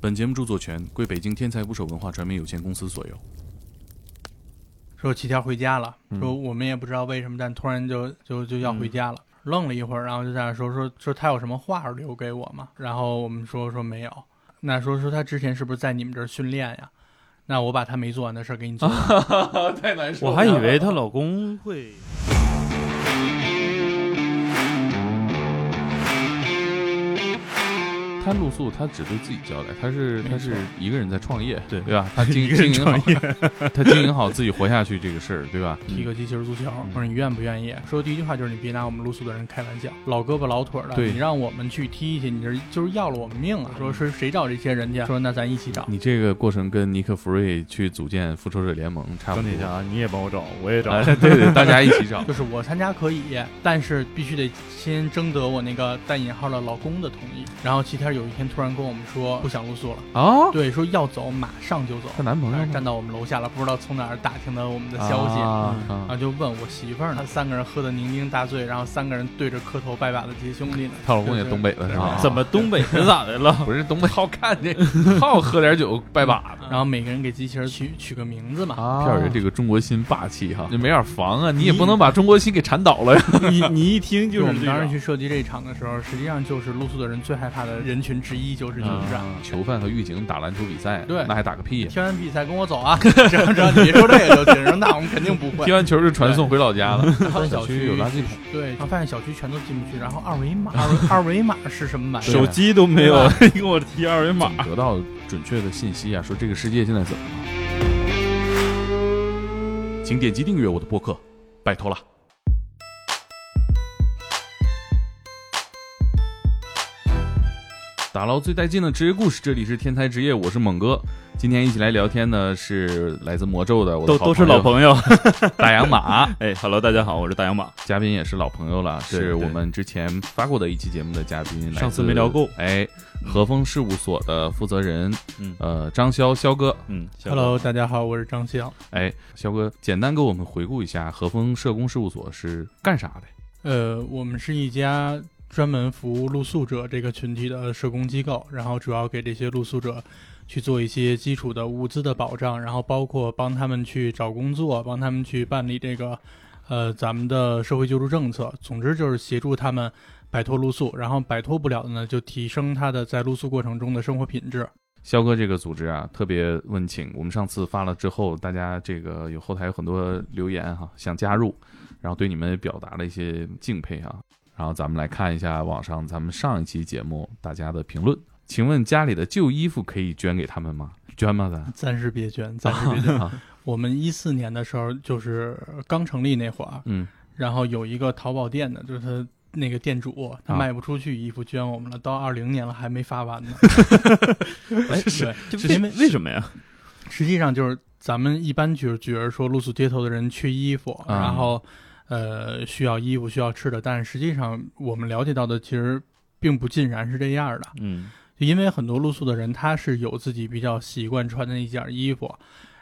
本节目著作权归北京天才捕手文化传媒有限公司所有。说七条回家了，说嗯我们也不知道为什么，但突然就就就要回家了。愣了一会儿，然后就在那说说说他有什么话留给我吗？然后我们说说没有。那说说他之前是不是在你们这儿训练呀？那我把他没做完的事儿给你做了。 太难受我还以为她老公会。他露宿，他只对自己交代，他是他是一个人在创业，对 对吧？他经经营好， 他经营好自己活下去这个事儿，对吧？踢个机器人足球，嗯我说你愿不愿意？说的第一句话就是你别拿我们露宿的人开玩笑，老胳膊老腿儿的，对你让我们去踢去，你这就是要了我们命啊！嗯说是谁找这些人去？说那咱一起找。你这个过程跟尼克弗瑞去组建复仇者联盟差不整多体。啊下，你也帮我找，我也找。哎啊，对 对，大家一起找。就是我参加可以，但是必须得先征得我那个带引号的老公的同意。然后齐天有一天突然跟我们说不想露宿了， 啊，对，说要走，马上就走。她男朋友但是吗站到我们楼下了，不知道从哪儿打听到我们的消息，啊嗯啊然后就问我媳妇儿呢。三个人喝得酩酊大醉，然后三个人对着磕头拜把子这些兄弟呢。她老公也东北的是吧？怎么东北人咋 的了？不是东北好看这， 好喝点酒拜把嗯子。然后每个人给机器人取取个名字嘛。啊票人这个中国心霸气哈，你没法防啊，你也不能把中国心给缠倒了呀。你你一听就我是们这当时样去设计这一场的时候，实际上就是露宿的人最害怕的人群之一就是就是这样。啊囚犯和狱警打篮球比赛，对那还打个屁呀！踢完比赛跟我走啊！ 只要只要你别说这个就行。那我们肯定不会踢。完球就传送回老家了。然后小区有垃圾桶，对，然后发现小区全都进不去，然后二维 码，二维二维码是什么玩意对儿？手机都没有， 你给我提二维码。得到准确的信息啊，说这个世界现在怎么了？请点击订阅我的播客，拜托了。打捞最带劲的职业故事，这里是天才职业，我是猛哥。今天一起来聊天呢，是来自魔咒的我的都好都是老友朋友，大洋马，哎哈喽，大家好，我是大洋马。嘉宾也是老朋友了，对是我们之前发过的一期节目的嘉宾，上次来自没聊够哎，和风事务所的负责人，嗯呃，张潇潇哥，嗯小 Hello，大家好，我是张潇。哎，肖哥，简单给我们回顾一下和风社工事务所是干啥的？呃，我们是一家专门服务露宿者这个群体的社工机构，然后主要给这些露宿者去做一些基础的物资的保障，然后包括帮他们去找工作，帮他们去办理这个呃咱们的社会救助政策。总之就是协助他们摆脱露宿，然后摆脱不了的呢，就提升他的在露宿过程中的生活品质。肖哥这个组织啊，特别温情。我们上次发了之后，大家这个有后台有很多留言哈、想加入，然后对你们也表达了一些敬佩啊。然后咱们来看一下网上咱们上一期节目大家的评论。请问家里的旧衣服可以捐给他们吗？捐吗？咱暂时别捐，暂时 别捐。啊，我们一四年的时候，就是刚成立那会儿， 嗯，然后有一个淘宝店的，就是他那个店主，他啊卖不出去衣服捐我们了，到二零年了还没发完呢。 哎对，这为为什么呀？实际上就是咱们一般觉觉得说露宿街头的人缺衣服，嗯啊然后呃需要衣服需要吃的，但是实际上我们了解到的其实并不尽然是这样的。嗯就因为很多露宿的人，他是有自己比较习惯穿的一件衣服，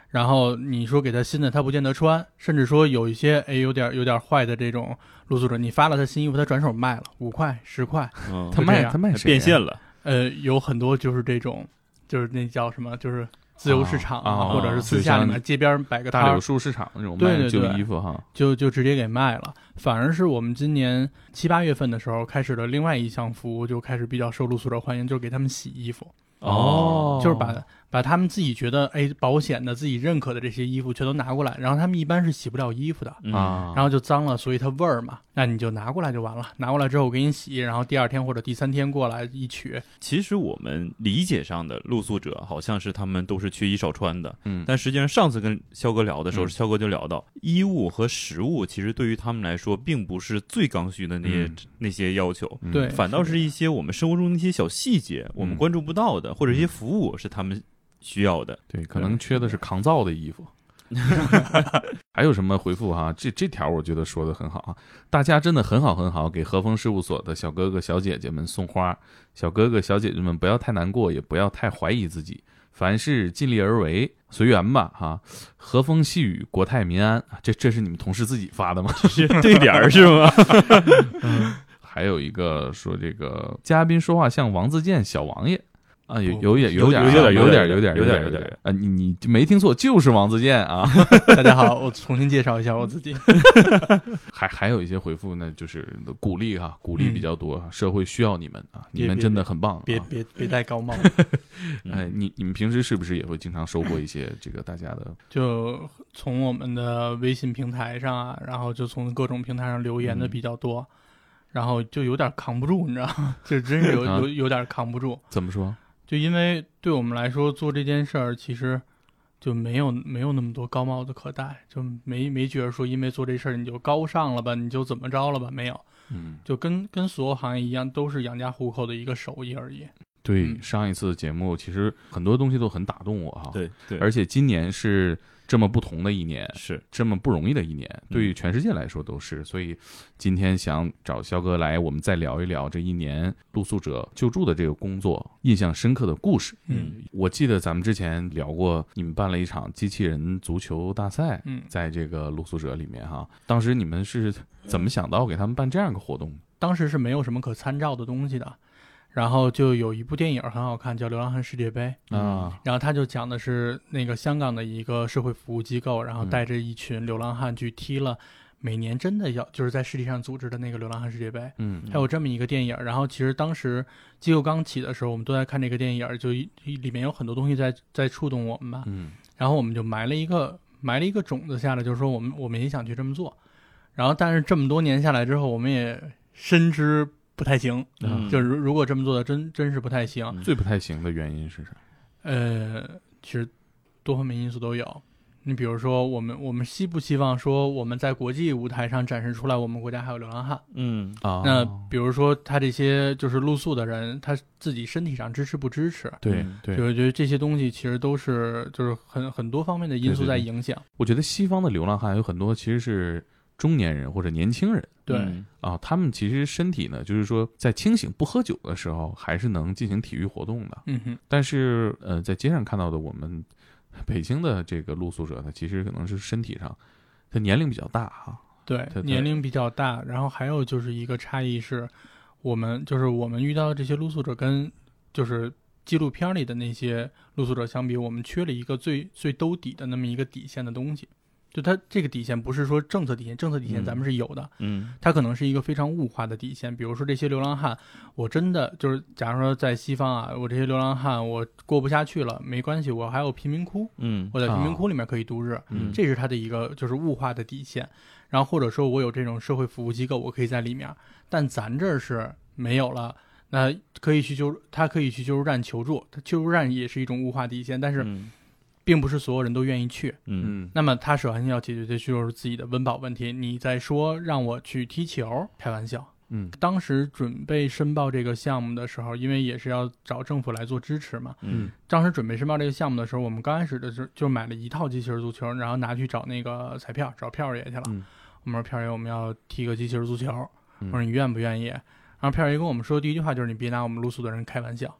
然后你说给他新的，他不见得穿，甚至说有一些哎有点有点坏的这种露宿者，你发了他新衣服，他转手卖了五块十块，嗯他就这卖样他卖谁呀变现了，呃，有很多就是这种，就是那叫什么，就是自由市场啊啊或者是私下里就面街边摆个摊大儿柳，树市场那种对卖对旧对衣服哈，就就直接给卖了。反而是我们今年七八月份的时候开始的另外一项服务，就开始比较受露宿者欢迎，就是给他们洗衣服。哦就是把把他们自己觉得哎保险的、自己认可的这些衣服全都拿过来，然后他们一般是洗不了衣服的，嗯啊，然后就脏了，所以它味儿嘛，那你就拿过来就完了。拿过来之后我给你洗，然后第二天或者第三天过来一取，其实我们理解上的露宿者好像是他们都是缺衣少穿的，嗯但实际上上次跟肖哥聊的时候，嗯肖哥就聊到衣物和食物，其实对于他们来说，并不是最刚需的那些、嗯那些要求，嗯对反倒是一些我们生活中的一些小细节，我们关注不到的，或者一些服务是他们需要的。 对，可能缺的是抗造的 衣服。还有什么回复哈、这这条我觉得说的很好啊，大家真的很好很好，给和风事务所的小哥哥小姐姐们送花，小哥哥小姐姐们不要太难过，也不要太怀疑自己，凡事尽力而为，随缘吧哈、和风细雨，国泰民安啊这这是你们同事自己发的吗？ 是对点儿是吗？还有一个说这个嘉宾说话像王自健小王爷，啊，有不有点有点有啊点有有点点有点有点点有有点点啊，你你没听错，就是王自健啊。大家好，我重新介绍一下我自己。还还有一些回复呢，就是鼓励哈、鼓励嗯比较多啊，社会需要你们啊，你别们别真的很棒、啊。哦别别别戴高帽，哎，你你们平时是不是也会经常收获一些这个大家的就从我们的微信平台上啊，然后就从各种平台上留言的嗯比较多，然后就有点扛不住，你知道吗？ 就真是有啊有有点扛不住，怎么说？就因为对我们来说做这件事儿其实。就没有没有那么多高帽子可戴，就没没觉得说因为做这事儿你就高尚了吧，你就怎么着了吧？没有，嗯，就跟跟所有行业一样，都是养家糊口的一个手艺而已。对，嗯上一次节目其实很多东西都很打动我哈、，对对，而且今年是这么不同的一年，是这么不容易的一年，对于全世界来说都是。所以今天想找肖哥来，我们再聊一聊这一年露宿者救助的这个工作印象深刻的故事。嗯我记得咱们之前聊过，你们办了一场机器人足球大赛，嗯，在这个露宿者里面哈，当时你们是怎么想到给他们办这样一个活动？当时是没有什么可参照的东西的，然后就有一部电影很好看，叫《流浪汉世界杯》，啊，然后他就讲的是那个香港的一个社会服务机构，然后带着一群流浪汉去踢了每年真的要就是在世界上组织的那个流浪汉世界杯。嗯还有这么一个电影，然后其实当时机构刚起的时候，我们都在看这个电影，就一里面有很多东西在在触动我们吧。嗯然后我们就埋了一个埋了一个种子下来，就是说我们我们也想去这么做。然后，但是这么多年下来之后，我们也深知不太行，嗯就是如如果这么做的真真是不太行。最不太行的原因是啥？嗯呃，其实多方面因素都有。你比如说，我们我们希不希望说我们在国际舞台上展示出来我们国家还有流浪汉？嗯啊，那比如说他这些就是露宿的人，他自己身体上支持不支持？对嗯对就，我觉得这些东西其实都是就是很很多方面的因素对对在对影响。我觉得西方的流浪汉有很多其实是中年人或者年轻人对嗯啊，他们其实身体呢，就是说在清醒不喝酒的时候，还是能进行体育活动的。嗯哼。但是呃，在街上看到的我们北京的这个露宿者，他其实可能是身体上，他年龄比较大啊，对对，对年龄比较大，然后还有就是一个差异是，我们就是我们遇到的这些露宿者跟就是纪录片里的那些露宿者相比，我们缺了一个最最兜底的那么一个底线的东西。就它这个底线不是说政策底线，政策底线嗯咱们是有的，嗯它可能是一个非常物化的底线。比如说这些流浪汉，我真的就是假如说在西方啊，我这些流浪汉我过不下去了，没关系，我还有贫民窟，嗯我在贫啊民窟里面可以度日。嗯这是它的一个就是物化的底线。然后或者说我有这种社会服务机构，我可以在里面，但咱这儿是没有了。那可以去救，他可以去救助站求助，他救助站也是一种物化底线，但是嗯并不是所有人都愿意去。嗯嗯那么他首先要解决的就是自己的温饱问题。你在说让我去踢球，开玩笑。嗯当时准备申报这个项目的时候，因为也是要找政府来做支持嘛，嗯当时准备申报这个项目的时候，我们刚开始的时候就买了一套机器人足球，然后拿去找那个彩票，找票爷去了。嗯我们说票爷，我们要踢个机器人足球，嗯我说你愿不愿意？然后票爷跟我们说的第一句话就是：“你别拿我们露宿的人开玩笑。哦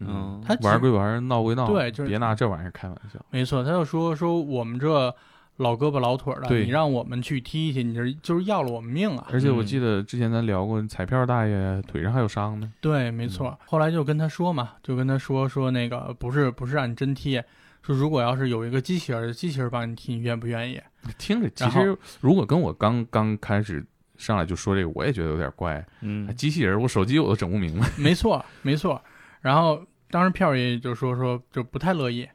嗯，他其实玩归玩，闹归闹，对就是嗯别拿这玩意儿开玩笑。没错，他就说说我们这老胳膊老腿儿的，对你让我们去踢去，你这就是要了我们命啊！而且我记得之前咱聊过，彩票大爷腿上还有伤呢。对，没错。后来就跟他说嘛，就跟他说说那个不是不是让你真踢，说如果要是有一个机器人，机器人帮你踢，你愿不愿意？ 听着，其然后实如果跟我刚刚开始上来就说这个，我也觉得有点怪。嗯机器人，我手机我都整不明白。没错，没错。然后当时票爷就说说就不太乐意，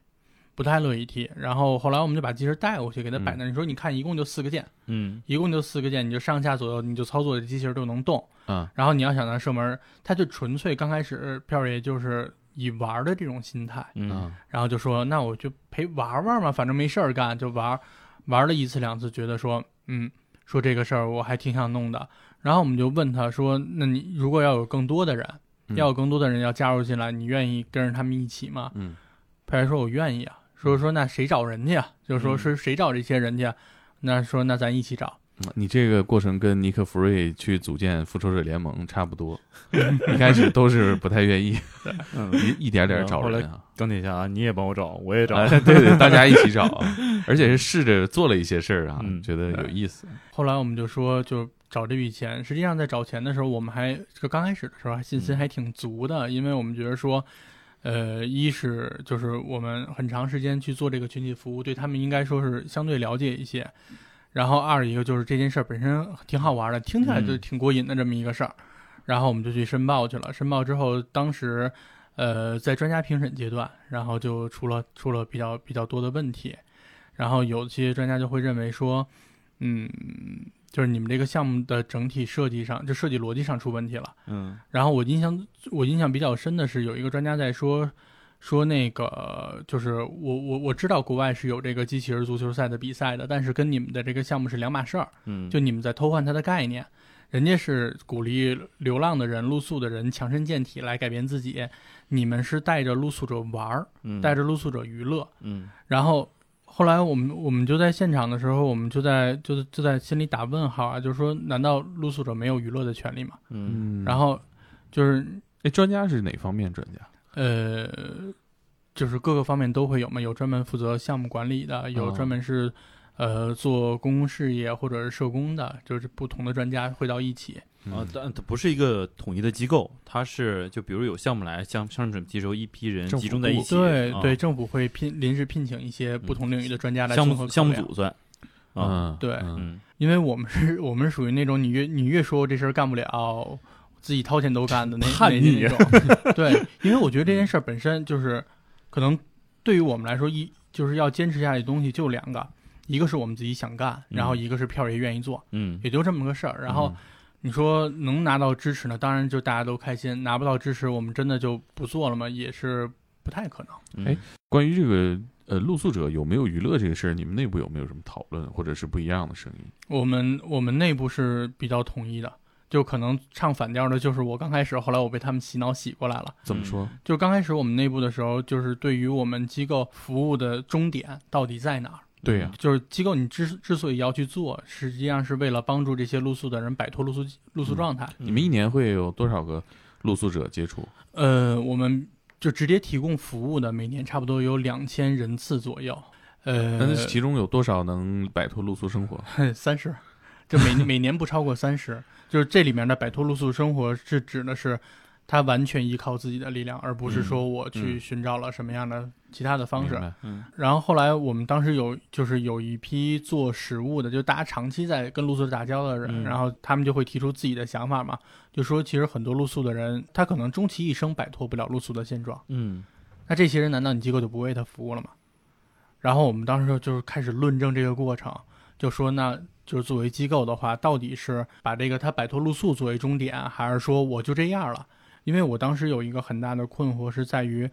不太乐意踢。然后后来我们就把机器人带过去给他摆那儿，你说你看一共就四个键，嗯一共就四个键，你就上下左右你就操作这机器人就能动。嗯然后你要想让射门，他就纯粹刚开始票爷就是以玩儿的这种心态，嗯然后就说那我就陪玩玩嘛，反正没事儿干，就玩儿玩了一次两次，觉得说嗯，说这个事儿我还挺想弄的。然后我们就问他说，那你如果要有更多的人，嗯要有更多的人要加入进来，你愿意跟着他们一起吗？嗯佩爷说：“我愿意啊。”说说那谁找人去啊？就是说嗯是谁找这些人去啊？那说那咱一起找。嗯，你这个过程跟尼克弗瑞去组建复仇者联盟差不多，一开始都是不太愿意， 嗯，一一点点找人啊。钢铁侠，你也帮我找，我也找。啊哎对对，大家一起找啊，而且是试着做了一些事儿啊，嗯觉得有意思。后来我们就说，就找这笔钱。实际上在找钱的时候，我们还就刚开始的时候，还信心还挺足的，因为我们觉得说，呃，一是就是我们很长时间去做这个群体服务，对他们应该说是相对了解一些。然后二一个就是这件事儿本身挺好玩的，听起来就嗯挺过瘾的这么一个事儿。然后我们就去申报去了。申报之后，当时呃在专家评审阶段，然后就出了出了比较比较多的问题。然后有些专家就会认为说，嗯，就是你们这个项目的整体设计上，就设计逻辑上出问题了。 嗯然后我印象我印象比较深的是，有一个专家在说说那个，就是我我我知道国外是有这个机器人足球赛的比赛的，但是跟你们的这个项目是两码事儿，嗯，就你们在偷换它的概念。人家是鼓励流浪的人、露宿的人强身健体来改变自己，你们是带着露宿者玩儿，嗯带着露宿者娱乐，嗯然后后来我们我们就在现场的时候，我们就在就就在心里打问号啊，就是说，难道露宿者没有娱乐的权利吗？嗯嗯然后就是哎，专家是哪方面专家？呃，就是各个方面都会有嘛，有专门负责项目管理的，有哦专门是、呃做公共事业或者是社工的，就是不同的专家会到一起。嗯啊，但它不是一个统一的机构，它是就比如有项目来，项上准接收一批人政府集中在一部起，对、啊对，政府会聘临时聘请一些不同领域的专家来项综合目考项目量组算啊，嗯，对嗯嗯因为我们是 我们是属于那种你越你越说这事儿干不了，自己掏钱都干的那 叛逆嗯那那 种。对，因为我觉得这件事儿本身就是，可能对于我们来说，一就是要坚持下去的东西就两个，一个是我们自己想干，然后一个是票儿爷愿意做，嗯也就这么个事儿。然后你说能拿到支持呢，当然就大家都开心；拿不到支持，我们真的就不做了吗？也是不太可能。嗯哎关于这个呃露宿者有没有娱乐这个事儿，你们内部有没有什么讨论或者是不一样的声音？我们我们内部是比较统一的，就可能唱反调的，就是我刚开始，后来我被他们洗脑洗过来了。怎么说？就刚开始我们内部的时候，就是对于我们机构服务的终点到底在哪儿，对呀、就是机构你之之所以要去做，实际上是为了帮助这些露宿的人摆脱露宿露宿状态。嗯你们一年会有多少个露宿者接触？呃，我们就直接提供服务的，每年差不多有两千人次左右。但呃，是其中有多少能摆脱露宿生活？ 三十，就每每年不超过三十。就是这里面的摆脱露宿生活是指的是，他完全依靠自己的力量，而不是说我去嗯寻找了什么样的其他的方式。啊明白嗯然后后来我们当时有就是有一批做食物的，就大家长期在跟露宿者打交道的人，嗯然后他们就会提出自己的想法嘛，就说其实很多露宿的人，他可能终其一生摆脱不了露宿的现状。嗯那这些人难道你机构就不为他服务了吗？然后我们当时就是开始论证这个过程，就说那就是作为机构的话，到底是把这个他摆脱露宿作为终点，还是说我就这样了？因为我当时有一个很大的困惑是在于，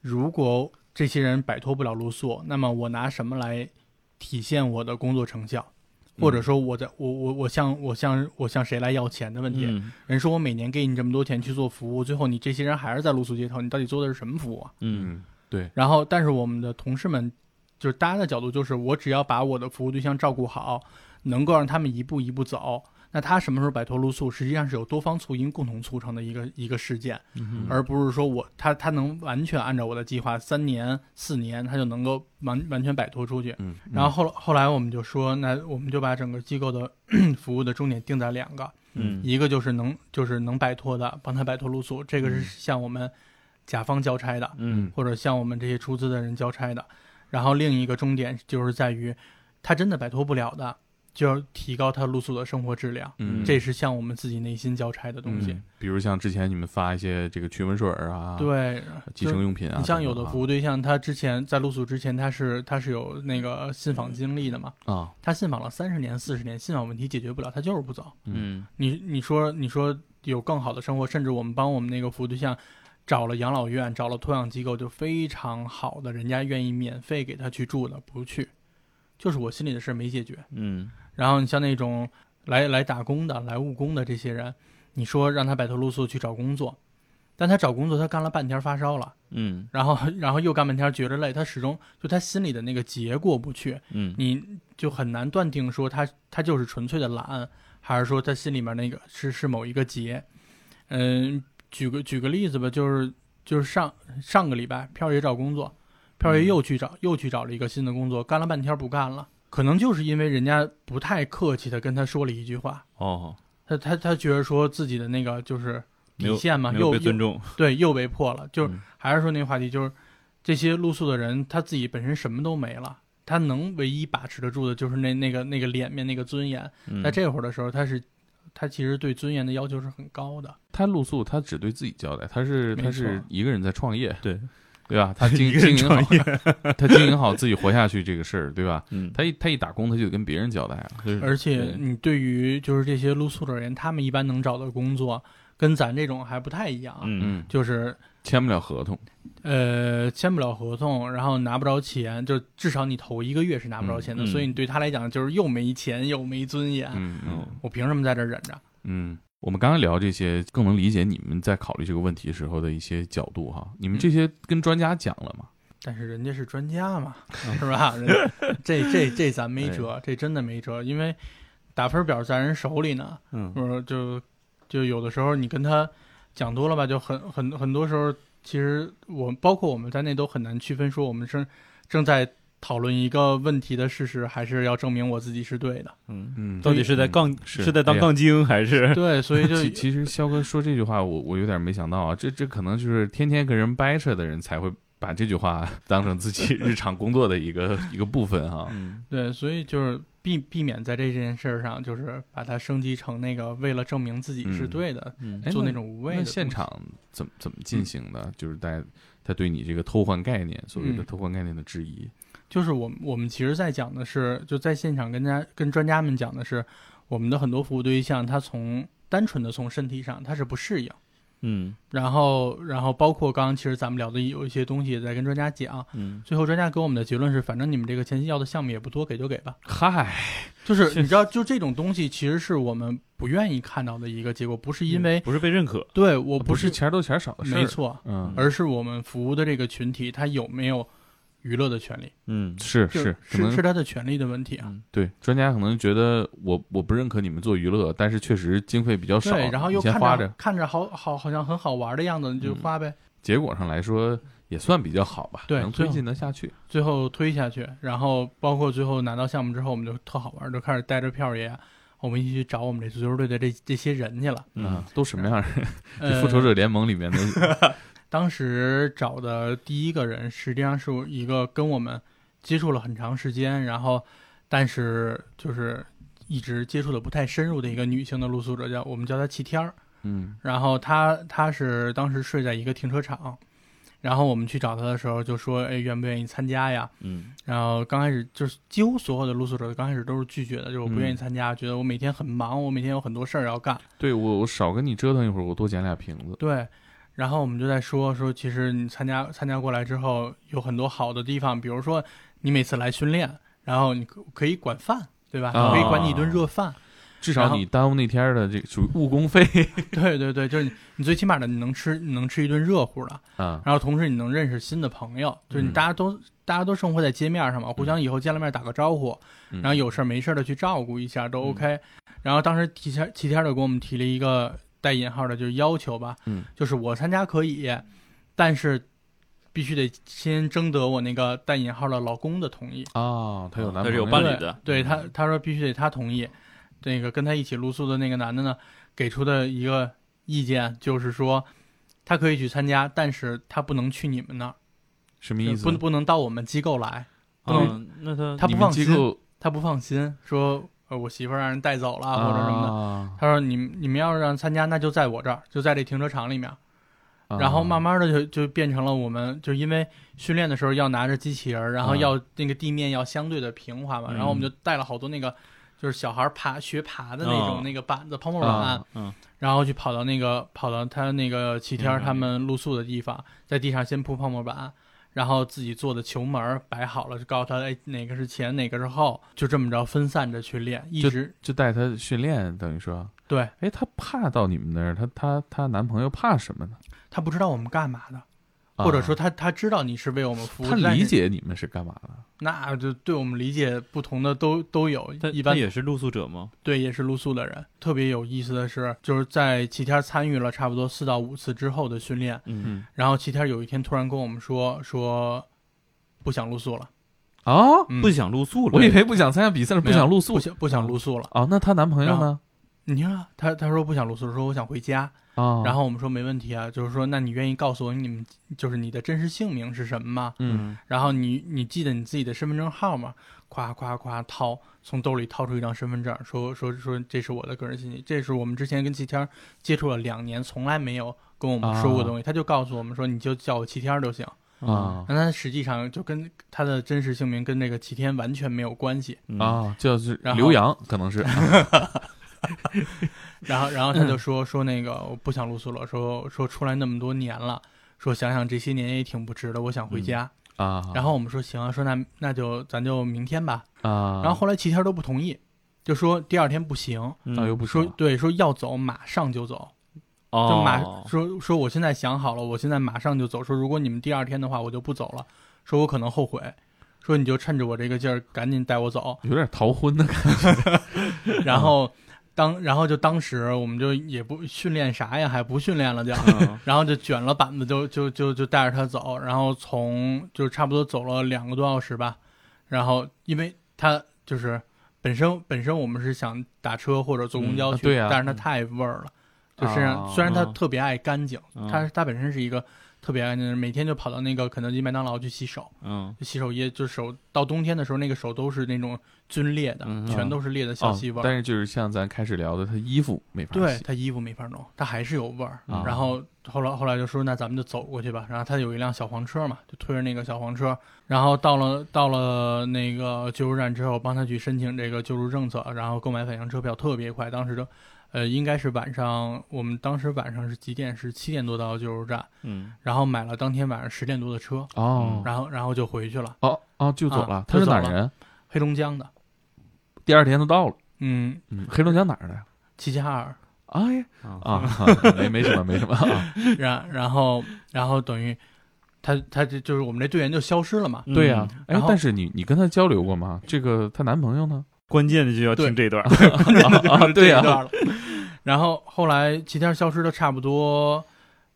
如果这些人摆脱不了露宿，那么我拿什么来体现我的工作成效？或者说我在我我我向我向我向谁来要钱的问题？嗯人说我每年给你这么多钱去做服务，最后你这些人还是在露宿街头，你到底做的是什么服务啊？嗯，对，然后，但是我们的同事们，就是大家的角度就是，我只要把我的服务对象照顾好，能够让他们一步一步走，那他什么时候摆脱露宿，实际上是有多方促因共同促成的一个一个事件，嗯而不是说我他他能完全按照我的计划，三年四年他就能够完完全摆脱出去。嗯，然后后来后来我们就说，那我们就把整个机构的 服务的重点定在两个，嗯一个就是能就是能摆脱的，帮他摆脱露宿，这个是向我们甲方交差的，嗯或者向我们这些出资的人交差的。然后另一个重点就是在于，他真的摆脱不了的，就要提高他露宿的生活质量，嗯，这是向我们自己内心交差的东西。嗯比如像之前你们发一些这个驱蚊水儿啊，，对，寄生用品啊，你像等有等的啊服务对象，他之前在露宿之前，他是他是有那个信访经历的嘛，啊，他信访了三十年、四十年，信访问题解决不了，他就是不走。嗯你你说你说有更好的生活，甚至我们帮我们那个服务对象找了养老院，找了托养机构，就非常好的，人家愿意免费给他去住的，不去，就是我心里的事儿没解决。嗯然后你像那种来来打工的、来务工的这些人，你说让他摆脱露宿去找工作，但他找工作他干了半天发烧了，嗯然后然后又干半天觉得累，他始终就他心里的那个结过不去，嗯你就很难断定说他他就是纯粹的懒，还是说他心里面那个是是某一个结。嗯，举个举个例子吧，就是就是上上个礼拜，票爷找工作，票嗯爷又去找、又去找了一个新的工作，干了半天不干了，可能就是因为人家不太客气的跟他说了一句话，哦他他他觉得说自己的那个就是没底有线嘛，没又有被又尊重，对，又被破了。就是、嗯还是说那个话题，就是这些露宿的人他自己本身什么都没了，他能唯一把持得住的就是那那个那个脸面、那个尊严。嗯在这会儿的时候，他是他其实对尊严的要求是很高的。他露宿，他只对自己交代，他是没他是错一个人在创业，对，对吧？ 他经一个人经营创好， 他经营好自己活下去这个事儿，对吧？嗯，他一他一打工，他就得跟别人交代啊了，就是而且对你对于就是这些露宿的人，他们一般能找到工作，跟咱这种还不太一样啊。嗯嗯，就是签不了合同，呃，签不了合同，然后拿不着钱，就至少你头一个月是拿不着钱的，嗯嗯所以你对他来讲就是又没钱又没尊严，嗯嗯嗯我凭什么在这儿忍着？嗯。我们刚刚聊这些，更能理解你们在考虑这个问题时候的一些角度哈。你嗯们这些跟专家讲了吗？但是人家是专 家嘛，是吧？人家这这这咱没哎辙，这真的没辙，因为打分表在人手里呢，嗯呃，就就有的时候你跟他讲多了吧，就很很很多时候，其实我包括我们在内都很难区分说我们正正在讨论一个问题的事实，还是要证明我自己是对 的。嗯，嗯到底是在杠是是在当哎呀杠精还是对，所以就其其实肖哥说这句话，我我有点没想到啊，这这可能就是天天跟人掰扯的人才会把这句话 当成自己日常工作的一个一个部分哈、嗯对，所以就是避避免在这件事儿上，就是把它升级成那个为了证明自己是嗯对的，嗯哎做那那种无谓的那东西现场怎么怎么嗯进行的？就是大家他对你这个偷换概念，所谓的嗯偷换概念的质疑，就是我们我们其实在讲的是，就在现场跟家跟专家们讲的是，我们的很多服务对象，他从单纯的从身体上他是不适应，嗯然后然后包括刚刚其实咱们聊的有一些东西也在跟专家讲，嗯最后专家给我们的结论是，反正你们这个前期要的项目也不多，给就给吧。嗨，就是你知道，就这种东西其实是我们不愿意看到的一个结果，不是因为、不是被认可，对我嗯不是是钱多钱少的事儿，没，错，嗯，而是我们服务的这个群体他有没有娱乐的权利，嗯是，就是可是能是他的权利的问题啊。对专家可能觉得我我不认可你们做娱乐，但是确实经费比较少，对，然后你又先看花着着，看着好好好像很好玩的样子，你就嗯花呗。结果上来说也算比较好吧，对能最推后进得下去。最后推下去，然后包括最后拿到项目之后，我们就特好玩，就开始带着票爷，我们一起去找我们这足球队的这这些人去了。啊，都什么样的人？呃，复仇者联盟里面 的当时找的第一个人，实际上是一个跟我们接触了很长时间，然后但是就是一直接触的不太深入的一个女性的露宿者，叫我们叫她齐天儿。嗯，然后他他是当时睡在一个停车场，然后我们去找他的时候就说，哎，愿不愿意参加呀？嗯然后刚开始就是几乎所有的露宿者刚开始都是拒绝的，就是我不愿意嗯参加，觉得我每天很忙，我每天有很多事儿要干。对我我少跟你折腾一会儿，我多捡俩瓶子。对，然后我们就在说说，其实你参加参加过来之后，有很多好的地方，比如说你每次来训练，然后你可可以管饭，对吧？啊你可以管你一顿热饭。至然少后你耽误那天的这个属于误工 费对对对，就是你你最起码的你能吃你能吃一顿热乎的。啊。然后同时你能认识新的朋友，就是你嗯大家都、大家都生活在街面嗯上嘛，互相以后见了面打个招呼，然然后有事儿没事儿的去照顾一下嗯都 OK。然后当时齐天齐天儿就给我们提了一个带引号的，就是要求吧，嗯就是我参加可以，但是必须得先征得我那个带引号的老公的同意。啊，他有男他朋是友有伴侣对的嗯对他他说必须得他同意。那个跟他一起露宿的那个男的呢，给出的一个意见就是说，他可以去参加，但是他不能去你们那儿。什么意思？不不能到我们机构来，不能嗯，那他他你不们放机心，构他不放心，说呃我媳妇儿让人带走了、啊或者什啊么的。么他说你们你们要是让参加，那就在我这儿，就在这停车场里面。的然后慢慢慢的就就变成了我们就因为训练的时候要拿着机器人儿，然后啊要那个地面要相对的平滑嘛，嗯然后我们就带了好多那个就是小孩儿爬学爬的那种、哦那个板子泡沫板，啊嗯然后去跑到那个跑到他那个齐天儿他们露宿的地方，在地上先铺泡沫板，然后自己做的球门儿摆好了，就告诉他哎哪个是前哪个是后，就这么着分散着去练，一直就带他训练，等于说，对哎，他怕到你们那儿，他他他男朋友怕什么呢？他不知道我们干嘛的，啊或者说他他知道你是为我们服务，他但理是解你们是干嘛的？那就对我们理解不同的都都有他，一般他也是露宿者吗？对也是露宿的人。特别有意思的是，就是在齐天参与了差不多四到五次之后的训练，嗯然后齐天有一天突然跟我们说说不想露宿了，啊，嗯、不想露宿了，我以为不想参加比赛了，没不有想露宿哦不想不想露宿了。啊。那她男朋友呢？你看啊，他他说不想露宿，说我想回家。啊然后我们说没问题啊，就是说那你愿意告诉我你们就是你的真实姓名是什么吗？嗯，然后你你记得你自己的身份证号吗？夸夸夸掏，从兜里掏出一张身份证，说说说这是我的个人信息，这是我们之前跟齐天儿接触了两年，从来没有跟我们说过的东西，他就告诉我们说你就叫我齐天儿就行。嗯啊但他实际上就跟他的真实姓名跟那个齐天完全没有关系。嗯，啊，就是然后刘洋可能是然后然后他就说说那个我不想露宿了，说说出来那么多年了。说想想这些年也挺不值的，我想回家。啊，然后我们说行啊，说那那就咱就明天吧。啊，然后后来齐天儿都不同意，就说第二天不行，嗯导游不嗯说说对，说要走马上就走，就马、哦，说说我现在想好了，我现在马上就走。说如果你们第二天的话，我就不走了，说我可能后悔。说你就趁着我这个劲儿，赶紧带 我走。有点逃婚的感觉然后当然后就当时我们就也不训练啥呀，还不训练了就，嗯然后就卷了板子就就就就带着他走，然后从就差不多走了两个多小时吧，然后因为他就是本身本身我们是想打车或者坐公交嗯啊去，对啊但是他太味儿了，就身上、啊虽然他嗯特别爱干净，嗯他他本身是一个特别爱干净的人，每天就跑到那个肯德基、麦当劳去洗手，嗯洗手液就手到冬天的时候那个手都是那种皲裂的，嗯全都是裂的小细哦纹。但是就是像咱开始聊的，他衣服没法对洗他衣服没法弄，他还是有味儿。啊然后后来后来就说那咱们就走过去吧。然后他有一辆小黄车嘛，就推着那个小黄车。然后到了到了那个救助站之后，帮他去申请这个救助政策，然后购买返乡车票，特别快。当时就，呃，应该是晚上，我们当时晚上是几点？是七点多到救助站，嗯然后买了当天晚上十点多的车，哦嗯然后然后就回去了，哦哦就走了啊，他是就走哪了儿人？黑龙江的，第二天就到了，嗯，嗯，黑龙江哪儿的呀？齐齐哈尔。哎呀啊，啊，没没什么没什么 啊，然然后然后等于他他这就是我们这队员就消失了嘛。嗯对呀，哎然，后但是你你跟他交流过吗？这个她男朋友呢？关键的就要听这段 儿，啊，就是对这呀一，段了。然后后来齐天消失了差不多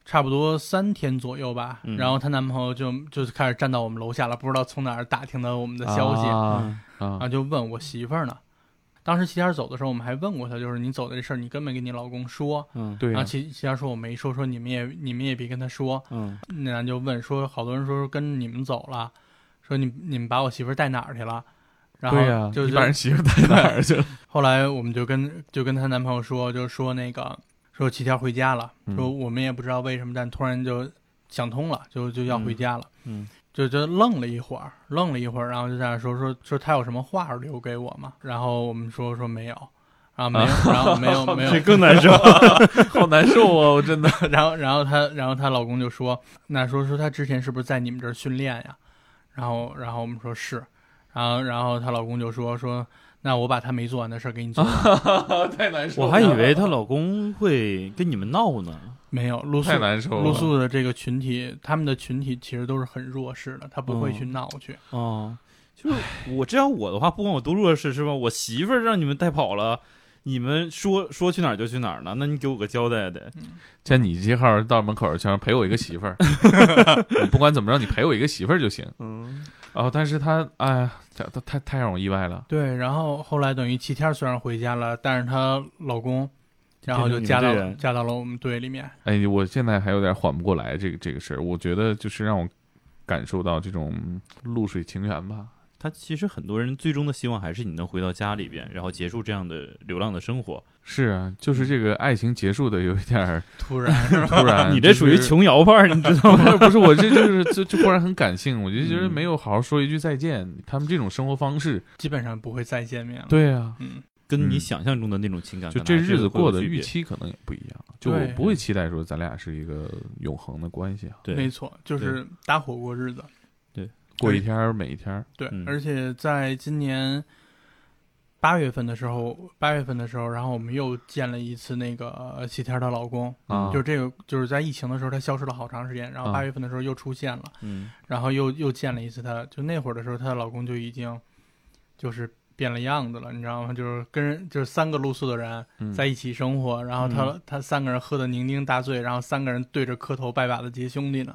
差不多三天左右吧，嗯然后她男朋友就就是开始站到我们楼下了，不知道从哪儿打听到我们的消息，嗯啊啊然后就问我媳妇儿呢。当时齐天走的时候，我们还问过她，就是你走的这事儿，你跟没跟你老公说？嗯对啊然呀后齐齐天说我没说，说你们也你们也别跟他说。嗯那咱就问说，好多人说跟你们走了，说你你们把我媳妇儿带哪儿去了？然对呀后，就你就把人媳妇 带哪儿去了？ 后来我们就跟就跟她男朋友说，就说那个说齐天回家了，嗯说我们也不知道为什么，但突然就想通了，就就要回家了，嗯嗯就就愣了一会儿，愣了一会儿，然后就在那说说说他有什么话留给我吗？然后我们说说没有，啊没有， 然后没有没有， 这更难受，好难受啊，我 真的。然后，然后她，然后她老公就说：“那说说她之前是不是在你们这儿训练呀？”然后，然后我们说是，然后，然后她老公就说：“说那我把她没做完的事儿给你 做完，太难受了， 我还以为她老公会跟你们闹呢，没有露宿太难受了。露宿的这个群体，他们的群体其实都是很弱势的，他不会去闹去。嗯哦，就是我这样我的话，不管我多弱势是吧？我媳妇儿让你们带跑了，你们说说去哪儿就去哪儿呢？那你给我个交代得，像你这号到门口想陪我一个媳妇儿， 你不管怎么着，你陪我一个媳妇儿就行。嗯哦，但是他，哎呀，他他太太让我意外了。对，然后后来等于齐天儿虽然回家了，但是她老公，然后就加到变成你们队员加到了我们队里面。哎，我现在还有点缓不过来这个这个事儿。我觉得就是让我感受到这种露水情缘吧。他其实很多人最终的希望还是你能回到家里边，然后结束这样的流浪的生活。是啊，就是这个爱情结束的有一点儿突然， 是吧突然。啊你这属于就是琼瑶范 儿，你知道 吗？不是不是，我这 就是就就忽然很感性，我就觉得嗯没有好好说一句再见。他们这种生活方式，基本上不会再见面了。，对啊，嗯。跟你嗯想象中的那种情感，就可能这还是日子有过会的有区预别，嗯期可能也不一样。就我对不会期待说咱俩是一个永恒的关系啊，没对，错，就是搭伙过日子。过一天儿每一天儿。对，嗯而且在今年八月份的时候，八月份的时候，然后我们又见了一次那个呃喜天儿的老公，嗯啊就是这个就是在疫情的时候，他消失了好长时间，然后啊八月份的时候又出现了，嗯然后又又见了一次他，就那会儿的时候，她的老公就已经就是变了样子了，你知道吗？就是跟人就是三个露宿的人嗯在一起生活，然后他、他三个人喝的酩酊大醉，然后三个人对着磕头拜把子结兄弟呢，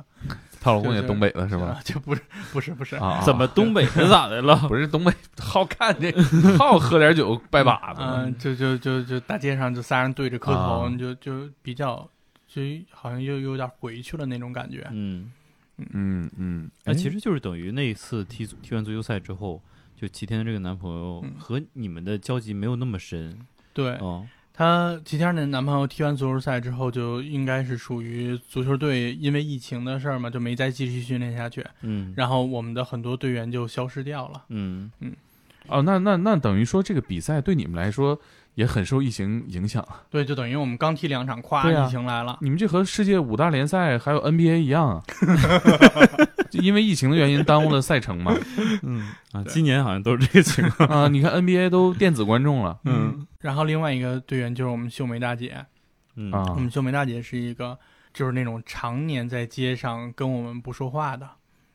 她老公也就是东北的是 吧？？就不是不是不是，啊，怎么东北的咋 的了？ 不是东北好看这好喝点酒拜把子吗？嗯，就就就就大街上就仨人对着磕头，啊你就就比较就好像又又有点回去了那种感觉。嗯，嗯嗯，那哎其实就是等于那一次踢足踢完足球赛之后，就齐天的这个男朋友嗯哎和你们的交集没有那么深对哦，她齐天儿那男朋友踢完足球赛之后，就应该是属于足球队因为疫情的事儿嘛，就没再继续训练下去，嗯然后我们的很多队员就消失掉了。嗯，哦，那那那等于说这个比赛对你们来说也很受疫情影响。对，就等于我们刚踢两场，咵，对啊疫情来了。你们这和世界五大联赛还有 NBA 一 样啊，就因为疫情的原因耽误了赛程 嘛。啊，对今年好像都是这个情 况。啊，你看 NBA 都电子观众了嗯然后另外一个队员就是我们秀梅大姐，嗯啊我，们秀梅大姐是一个就是那种常年在街上跟我们不说话的，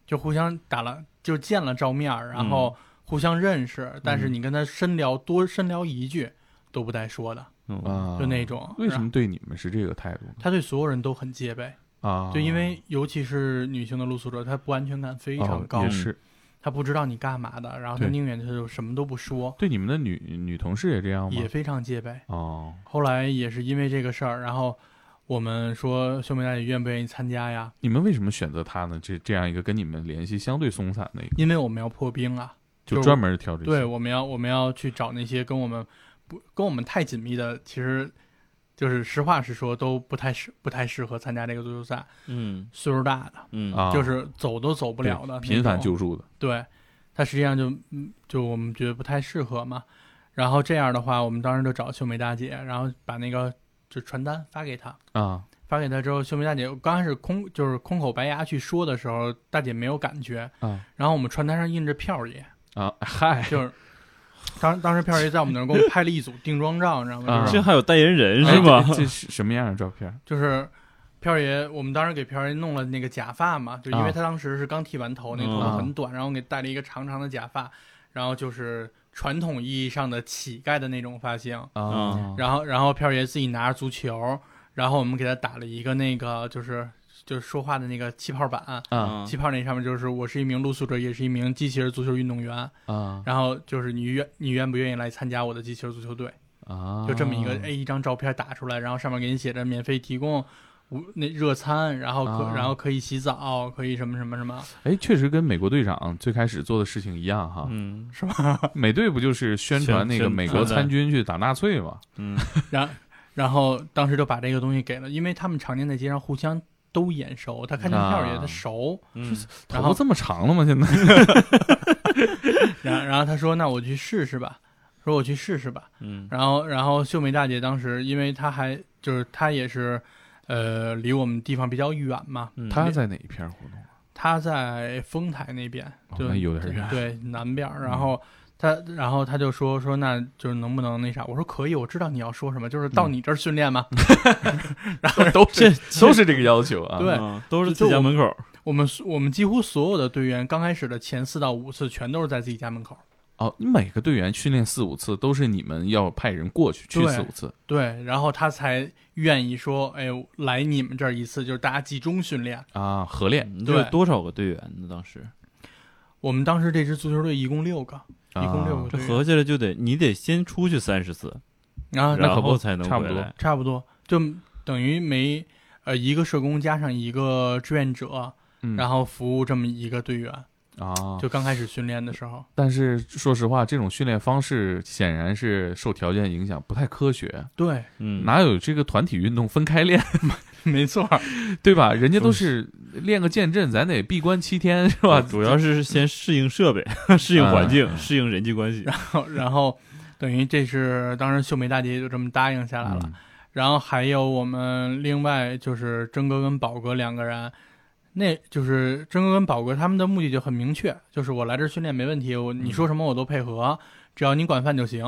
就互相打了就见了照面儿，然后互相认识，但是你跟她深聊多深聊一句都不带说的，嗯啊，就那种。为什么对你们是这个态度呢他对所有人都很戒备，啊？就因为尤其是女性的露宿者，她不安全感非非常高哦也，是她不知道你干嘛的，然后她对宁愿她就什么都不说，对你们的女女同事也这样吗也？非常戒备。哦，后来也是因为这个事儿，然后我们说秀梅大姐愿不愿意参加呀？你们为什么选择他呢？这这样一个跟你们联系相对松散的一个，因为我们要破冰啊，就就是专门挑这些。对，我们要我们要去找那些跟我们不跟我们太紧密的，其实就是实话实说都不太适不太适合参加这个足球赛，嗯岁数大的，嗯啊，就是走都走不不了的那种，频繁救助的。对，他实际上就嗯，就我们觉得不太适合嘛。然后这样的话，我们当时就找秀梅大姐，然后把那个就传单发给她，啊，发给她之后，秀梅大姐刚开始空就是空口白牙去说的时候，大姐没有感觉。啊然后我们传单上印着票爷，啊，嗨，就是当当时票爷在我们那儿给我们拍了一组定妆照，你知道吗？啊就是这还有代言人哎是吧？这这是什么样的照片？就是票爷，我们当时给票爷弄了那个假发嘛，就因为啊他当时是刚剃完头，那头嗯发很短，然后给戴了一个长长的假发，然后就是传统意义上的乞丐的那种发型。啊，嗯然后，然后票爷自己拿着足球，然后我们给他打了一个那个就是就是说话的那个气泡板， 啊嗯气泡那上面就是我是一名露宿者，也是一名机器人足球运动员，啊然后就是你愿你愿不愿意来参加我的机器人足球队？啊，就这么一个，哎，一张照片打出来，然后上面给你写着免费提供无那热餐，然后可、啊然后可以洗澡，可以什么什么什么，哎，确实跟美国队长最开始做的事情一样哈。嗯是吧？美队不就是宣传那个宣美国参军去打纳粹吗？嗯然然后当时就把这个东西给了，因为他们常年在街上互相都眼熟，他看见票啊也他熟，嗯头然发后这么长了吗？现在然然后他说那我去试试吧，说我去试试吧，嗯然后然后秀梅大姐当时因为她还就是她也是，呃，离我们地方比较远嘛，嗯，他在哪一片活动？他在丰台那边，哦就那有点远嗯对南边儿。然后他，然后他就说说，那就是能不能那啥？我说可以，我知道你要说什么，就是嗯到你这儿训 练嘛。 然后都是 都是这个要求啊。对嗯都是自家门口。我们我们几乎所有的队员刚开始的前四到五次全都是在自己家门口。哦，你每个队员训练四五次，都是你们要派人过去去对四五次。对，然后他才愿意说，哎，来你们这儿一次，就是大家集中训练。啊，合练你这是对多少个队员呢？当时我们当时这支足球队一共六个，一共六个啊这队员合计了就得你得先出去三十次，然后啊那可然不后才能差不回多来。差不多就等于没呃一个社工加上一个志愿者，嗯然后服务这么一个队员。啊，就刚开始训练的时候，但是说实话，这种训练方式显然是受条件影响，不太科学。对，嗯，哪有这个团体运动分开练， 没错， 对吧？人家都是练个剑阵，咱得闭关七天，是吧？啊主要是先适应设备、 适应环境、适应人际关系。然后等于这是当时秀梅大姐也就这么答应下来了。嗯然后还有我们另外就是真哥跟宝哥两个人，那就是真哥跟宝哥他们的目的就很明确，就是我来这儿训练没问题，我你说什么我都配合，只要你管饭就行。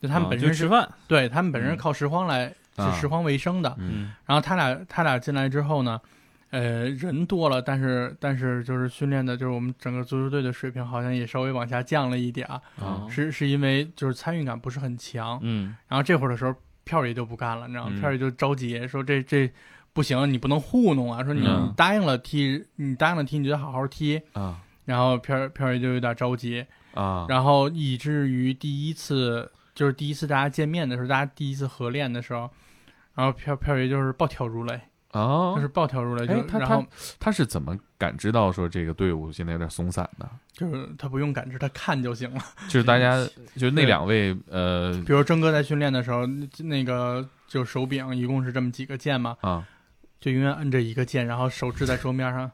就他们啊本就身吃是、饭，对他们本身是嗯靠拾荒来、啊是拾荒为生的，嗯然后他俩他俩进来之后呢，呃，人多了，但是但是就是训练的，就是我们整个足球队的水平好像也稍微往下降了一点啊，啊是是因为就是参与感不是很强，嗯，然后这会儿的时候，票儿爷就不干了，你知道吗？嗯票儿爷就着急说这这不行，你不能糊弄啊！说你、嗯你答应了踢，你答应了踢，你就得好好踢。啊然后票儿票儿爷就有点着急，啊然后以至于第一次就是第一次大家见面的时候，大家第一次合练的时候，然后票票儿爷就是暴跳如雷，啊就是暴跳如雷，哎就他然后他是怎么感知到说这个队伍现在有点松散的？就是他不用感知，他看就行了。 就是大家就是那两位呃比如征哥在训练的时候，那那个就手柄一共是这么几个键嘛，啊就永远摁着一个键，然后手指在桌面 上，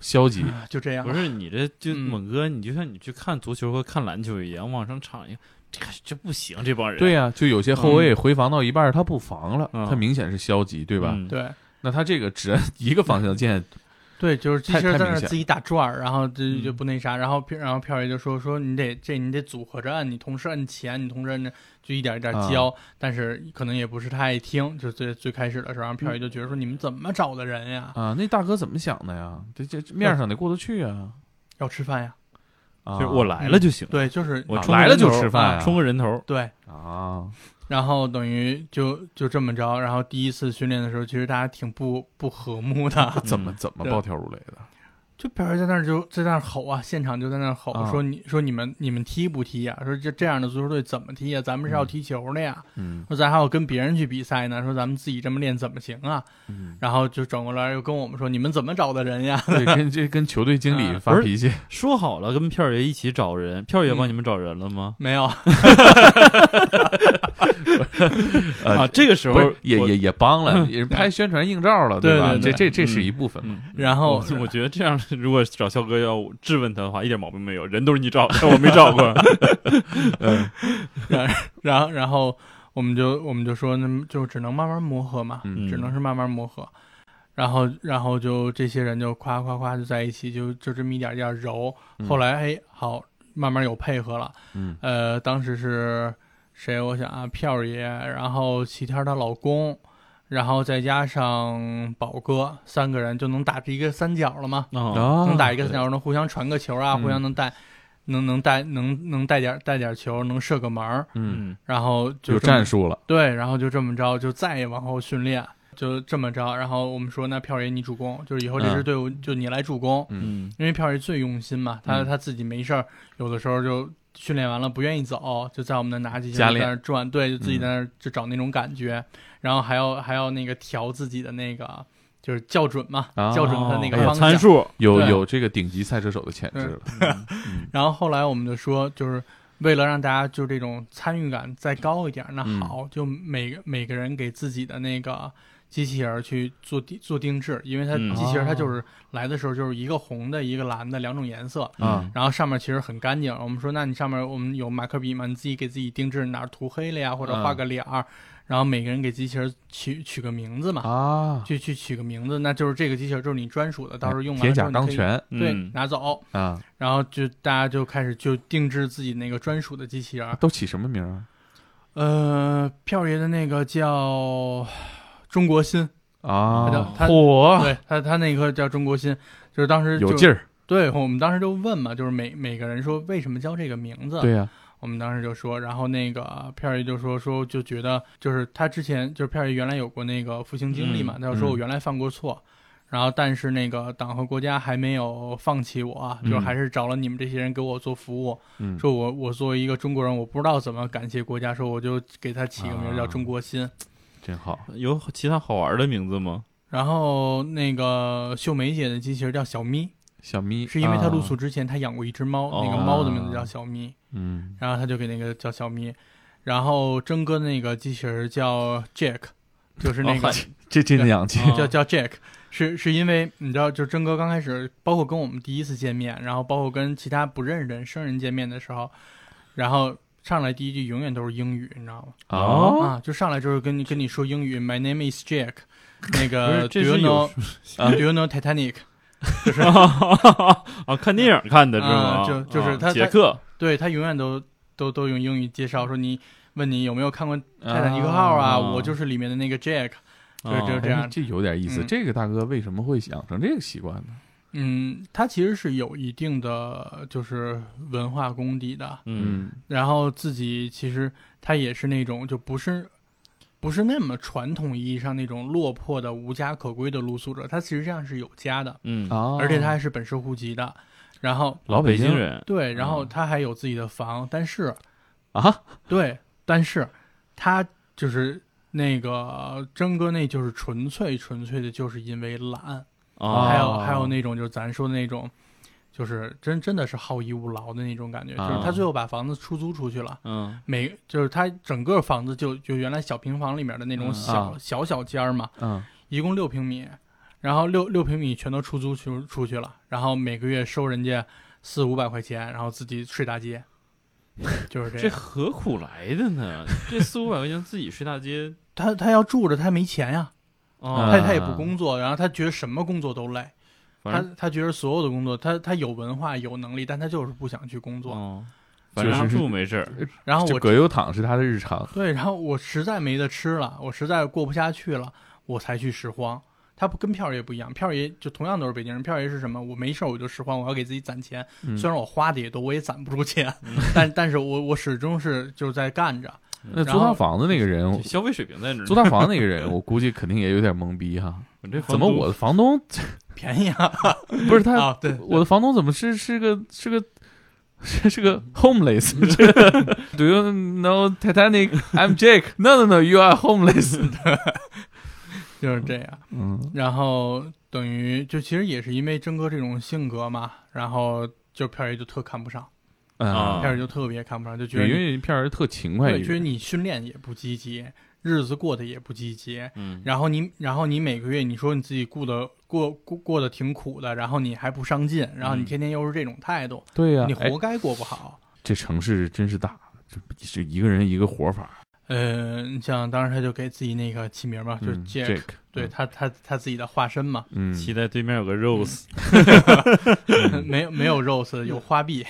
消极啊就这样。嗯不是你这就嗯猛哥，你就像你去看足球和看篮球一样，往上场一看，这个这不行，这帮人对呀、就有些后卫回防到一半儿，他不防了，嗯他明显是消极，对对吧？对那他这个只按一个方向键，对，就是机太器人太在明那儿显自己打转儿，然后就嗯就不那啥，然后票然后票爷就说说你得这你得组合着按，你同时按前，你同时按着就一点一点啊教，但是可能也不是太爱听，就是最最开始的时候，然后票爷就觉得说你们怎么找的人呀？啊，那大哥怎么想的呀？这这面儿上得过得去啊！要吃饭呀？啊，就是我来了就行，对，就是我啊冲个来了人就头吃饭、啊，冲个人头，对，啊，然后等于就就这么着，然后第一次训练的时候，其实大家挺不不和睦的，怎么怎么对暴跳如雷的？ 就表示在那儿就在那儿吼啊，现场就在那儿吼、啊说你说你们你们踢不踢呀、说这这样的足球队怎么踢呀、咱们是要踢球的呀，嗯说咱还要跟别人去比赛呢，说咱们自己这么练怎么行啊？嗯，然后就转过来又跟我们说你们怎么找的人呀？ 对，跟这跟球队经理啊发不是脾气，说好了跟票爷一起找人，票爷帮你们找人了吗？没有，嗯啊，这个时不候是也我也也帮了，也是拍宣传硬照了，对吧？对对这这这是嗯一部分嘛。嗯，然后我我觉得这样，如果找肖哥要质问他的话，一点毛病没有，人都是你找，但我没 找过。然后然后我们就我们就说那么就只能慢慢磨合嘛，嗯只能是慢慢磨合。然后，然后就这些人就夸夸夸就在一起，就就这么一点一点揉。嗯后来，哎，好，慢慢有配合了。嗯呃，当时是谁？我想啊，票儿爷，然后齐天儿她老公，然后再加上宝哥，三个人就能打这一个三角了吗？啊，啊，能打一个三角，能互相传个球啊，嗯互相能带，能能带能能带点带点球，能射个门儿，嗯，嗯，然后就有这么战术了，对，然后就这么着，就再也往后训练，就这么着。然后我们说，那票儿爷你主攻，就是以后这支嗯队伍就你来主攻，嗯，因为票儿爷最用心嘛，他嗯他自己没事儿，有的时候就训练完了不愿意走，就在我们那拿起球瞎在练嗯那儿转，对，就自己在那儿就找那种感觉，然后还要还要那个调自己的那个就是校准嘛，啊校准他那个哎呀方向。参数，有对有这个顶级赛车手的潜质了。然后后来我们就说，就是为了让大家就这种参与感再高一点，那嗯好，就每个每个人给自己的那个机器人儿去做定做定制，因为它嗯机器人儿它哦就是来的时候就是一个红的，一个蓝的两种颜色。啊然后上面其实很干净，我们说，那你上面我们有马克笔嘛，你自己给自己定制哪儿涂黑了呀，或者画嗯个脸儿，然后每个人给机器人儿取取个名字嘛，啊，去去取个名字，那就是这个机器人儿就是你专属的， 到时候用完铁了之甲后钢你可以拳对嗯拿走，啊，然后就大家就开始就定制自己那个专属的机器人儿。啊都起什么名儿呃，票爷的那个叫中国心，啊他叫、啊？他火对他他那个叫中国心，就是当时就有劲儿，对我们当时就问嘛，就是每每个人说为什么叫这个名字？对呀，我们当时就说，然后那个片爷就说说就觉得就是他之前就是片爷原来有过那个服刑经历嘛，嗯他就说嗯我原来犯过错，然后但是那个党和国家还没有放弃我啊，嗯就还是找了你们这些人给我做服务，嗯，说我我作为一个中国人，我不知道怎么感谢国家，说我就给他起个名儿叫啊中国心。真好有其他好玩的名 字吗？然后那个秀梅姐的机器人叫小咪，小咪是因为她露宿啊之前她养过一只猫，哦那个猫的名字叫小咪。嗯然后他就给那个叫小咪，然后征哥那个机器人叫 Jack，就是那个、哦这真洋气对啊 叫叫 Jack，是是因为你知道，就征哥刚开始，包括跟我们第一次见面，然后包括跟其他不认识的人生人见面的时候，然后上来第一句永远都是英语，你知道吗？哦啊，就上来就是跟你跟你说英语，My name is Jack，那 不个 Do 是这 you 是 know 有 Do you know Titanic？啊，看电影看的是啊吗？就就是啊他杰克，对他永远都都都用英语介绍说你问你有没有看过泰坦尼克号啊，啊我就是里面的那个 Jack，就是啊就是这样哎这有点意思。嗯这个大哥为什么会养成这个习惯呢？嗯，它其实是有一定的就是文化功底的，嗯，然后自己其实他也是那种就不是不是那么传统意义上那种落魄的无家可归的露宿者，他其实上是有家的，嗯，啊，而且他还是本市户籍的，然后老北北京京人，对，然后嗯他还有自己的房，但是啊，对，但是他就是那个征哥那就是纯粹纯粹的就是因为懒，啊哦啊还有还有那种就是咱说的那种。就是真真的是好逸恶劳的那种感觉，就是他啊最后把房子出租出去了，嗯每就是它整个房子就就原来小平房里面的那种嗯小、啊小小间儿嘛，嗯，一共六平米，然后六六平米全都出租出出去了，然后每个月收人家四五百块钱，然后自己睡大 街，就是这这样。何苦来的呢？ 这四五百块钱自己睡大街他他要住着，他没钱呀，啊，他他也不啊工作，然后他觉得什么工作都累，反他正他觉得所有的工作，他他有文化有能力，但他就是不想去工作。哦，反正就是住没事儿，然后这我葛优躺是他的日常。对，然后我实在没得吃了，我实在过不下去了，我才去拾荒。他不跟票爷不一样，票爷就同样都是北京人，票爷是什么？我没事儿我就拾荒，我要给自己攒钱。嗯虽然我花的也多，我也攒不住钱，但但是我我始终是就是在干着。那然租后大房子那个人，消费水平在那儿。租大房子那个人，我估计肯定也有点懵逼哈。我这怎么我的房东便宜啊！不是他？啊，对，我的房东怎么是是个是个是是个 homeless？这个 Do you know Titanic? I'm Jake. No, no, no. You are homeless. 就是这样。嗯然后等于就其实也是因为征哥这种性格嘛，然后就票爷就特看不上，啊啊，票爷就特别看不上，就觉因得你为片儿特勤快对，一觉得人，你训练也不积极，日子过得也不积极，嗯，然后你，然后你每个月你说你自己过得过过过得挺苦的，然后你还不上进，然后你嗯天天又是这种态度，对呀、你哎活该过不好。这城市真是大，这这一个人一个活法。呃，你像当时他就给自己那个起名嘛，就是嗯 Jack，、 Jake，对他他他自己的化身嘛，嗯，期待对面有个 Rose，没有没有 Rose，有花臂，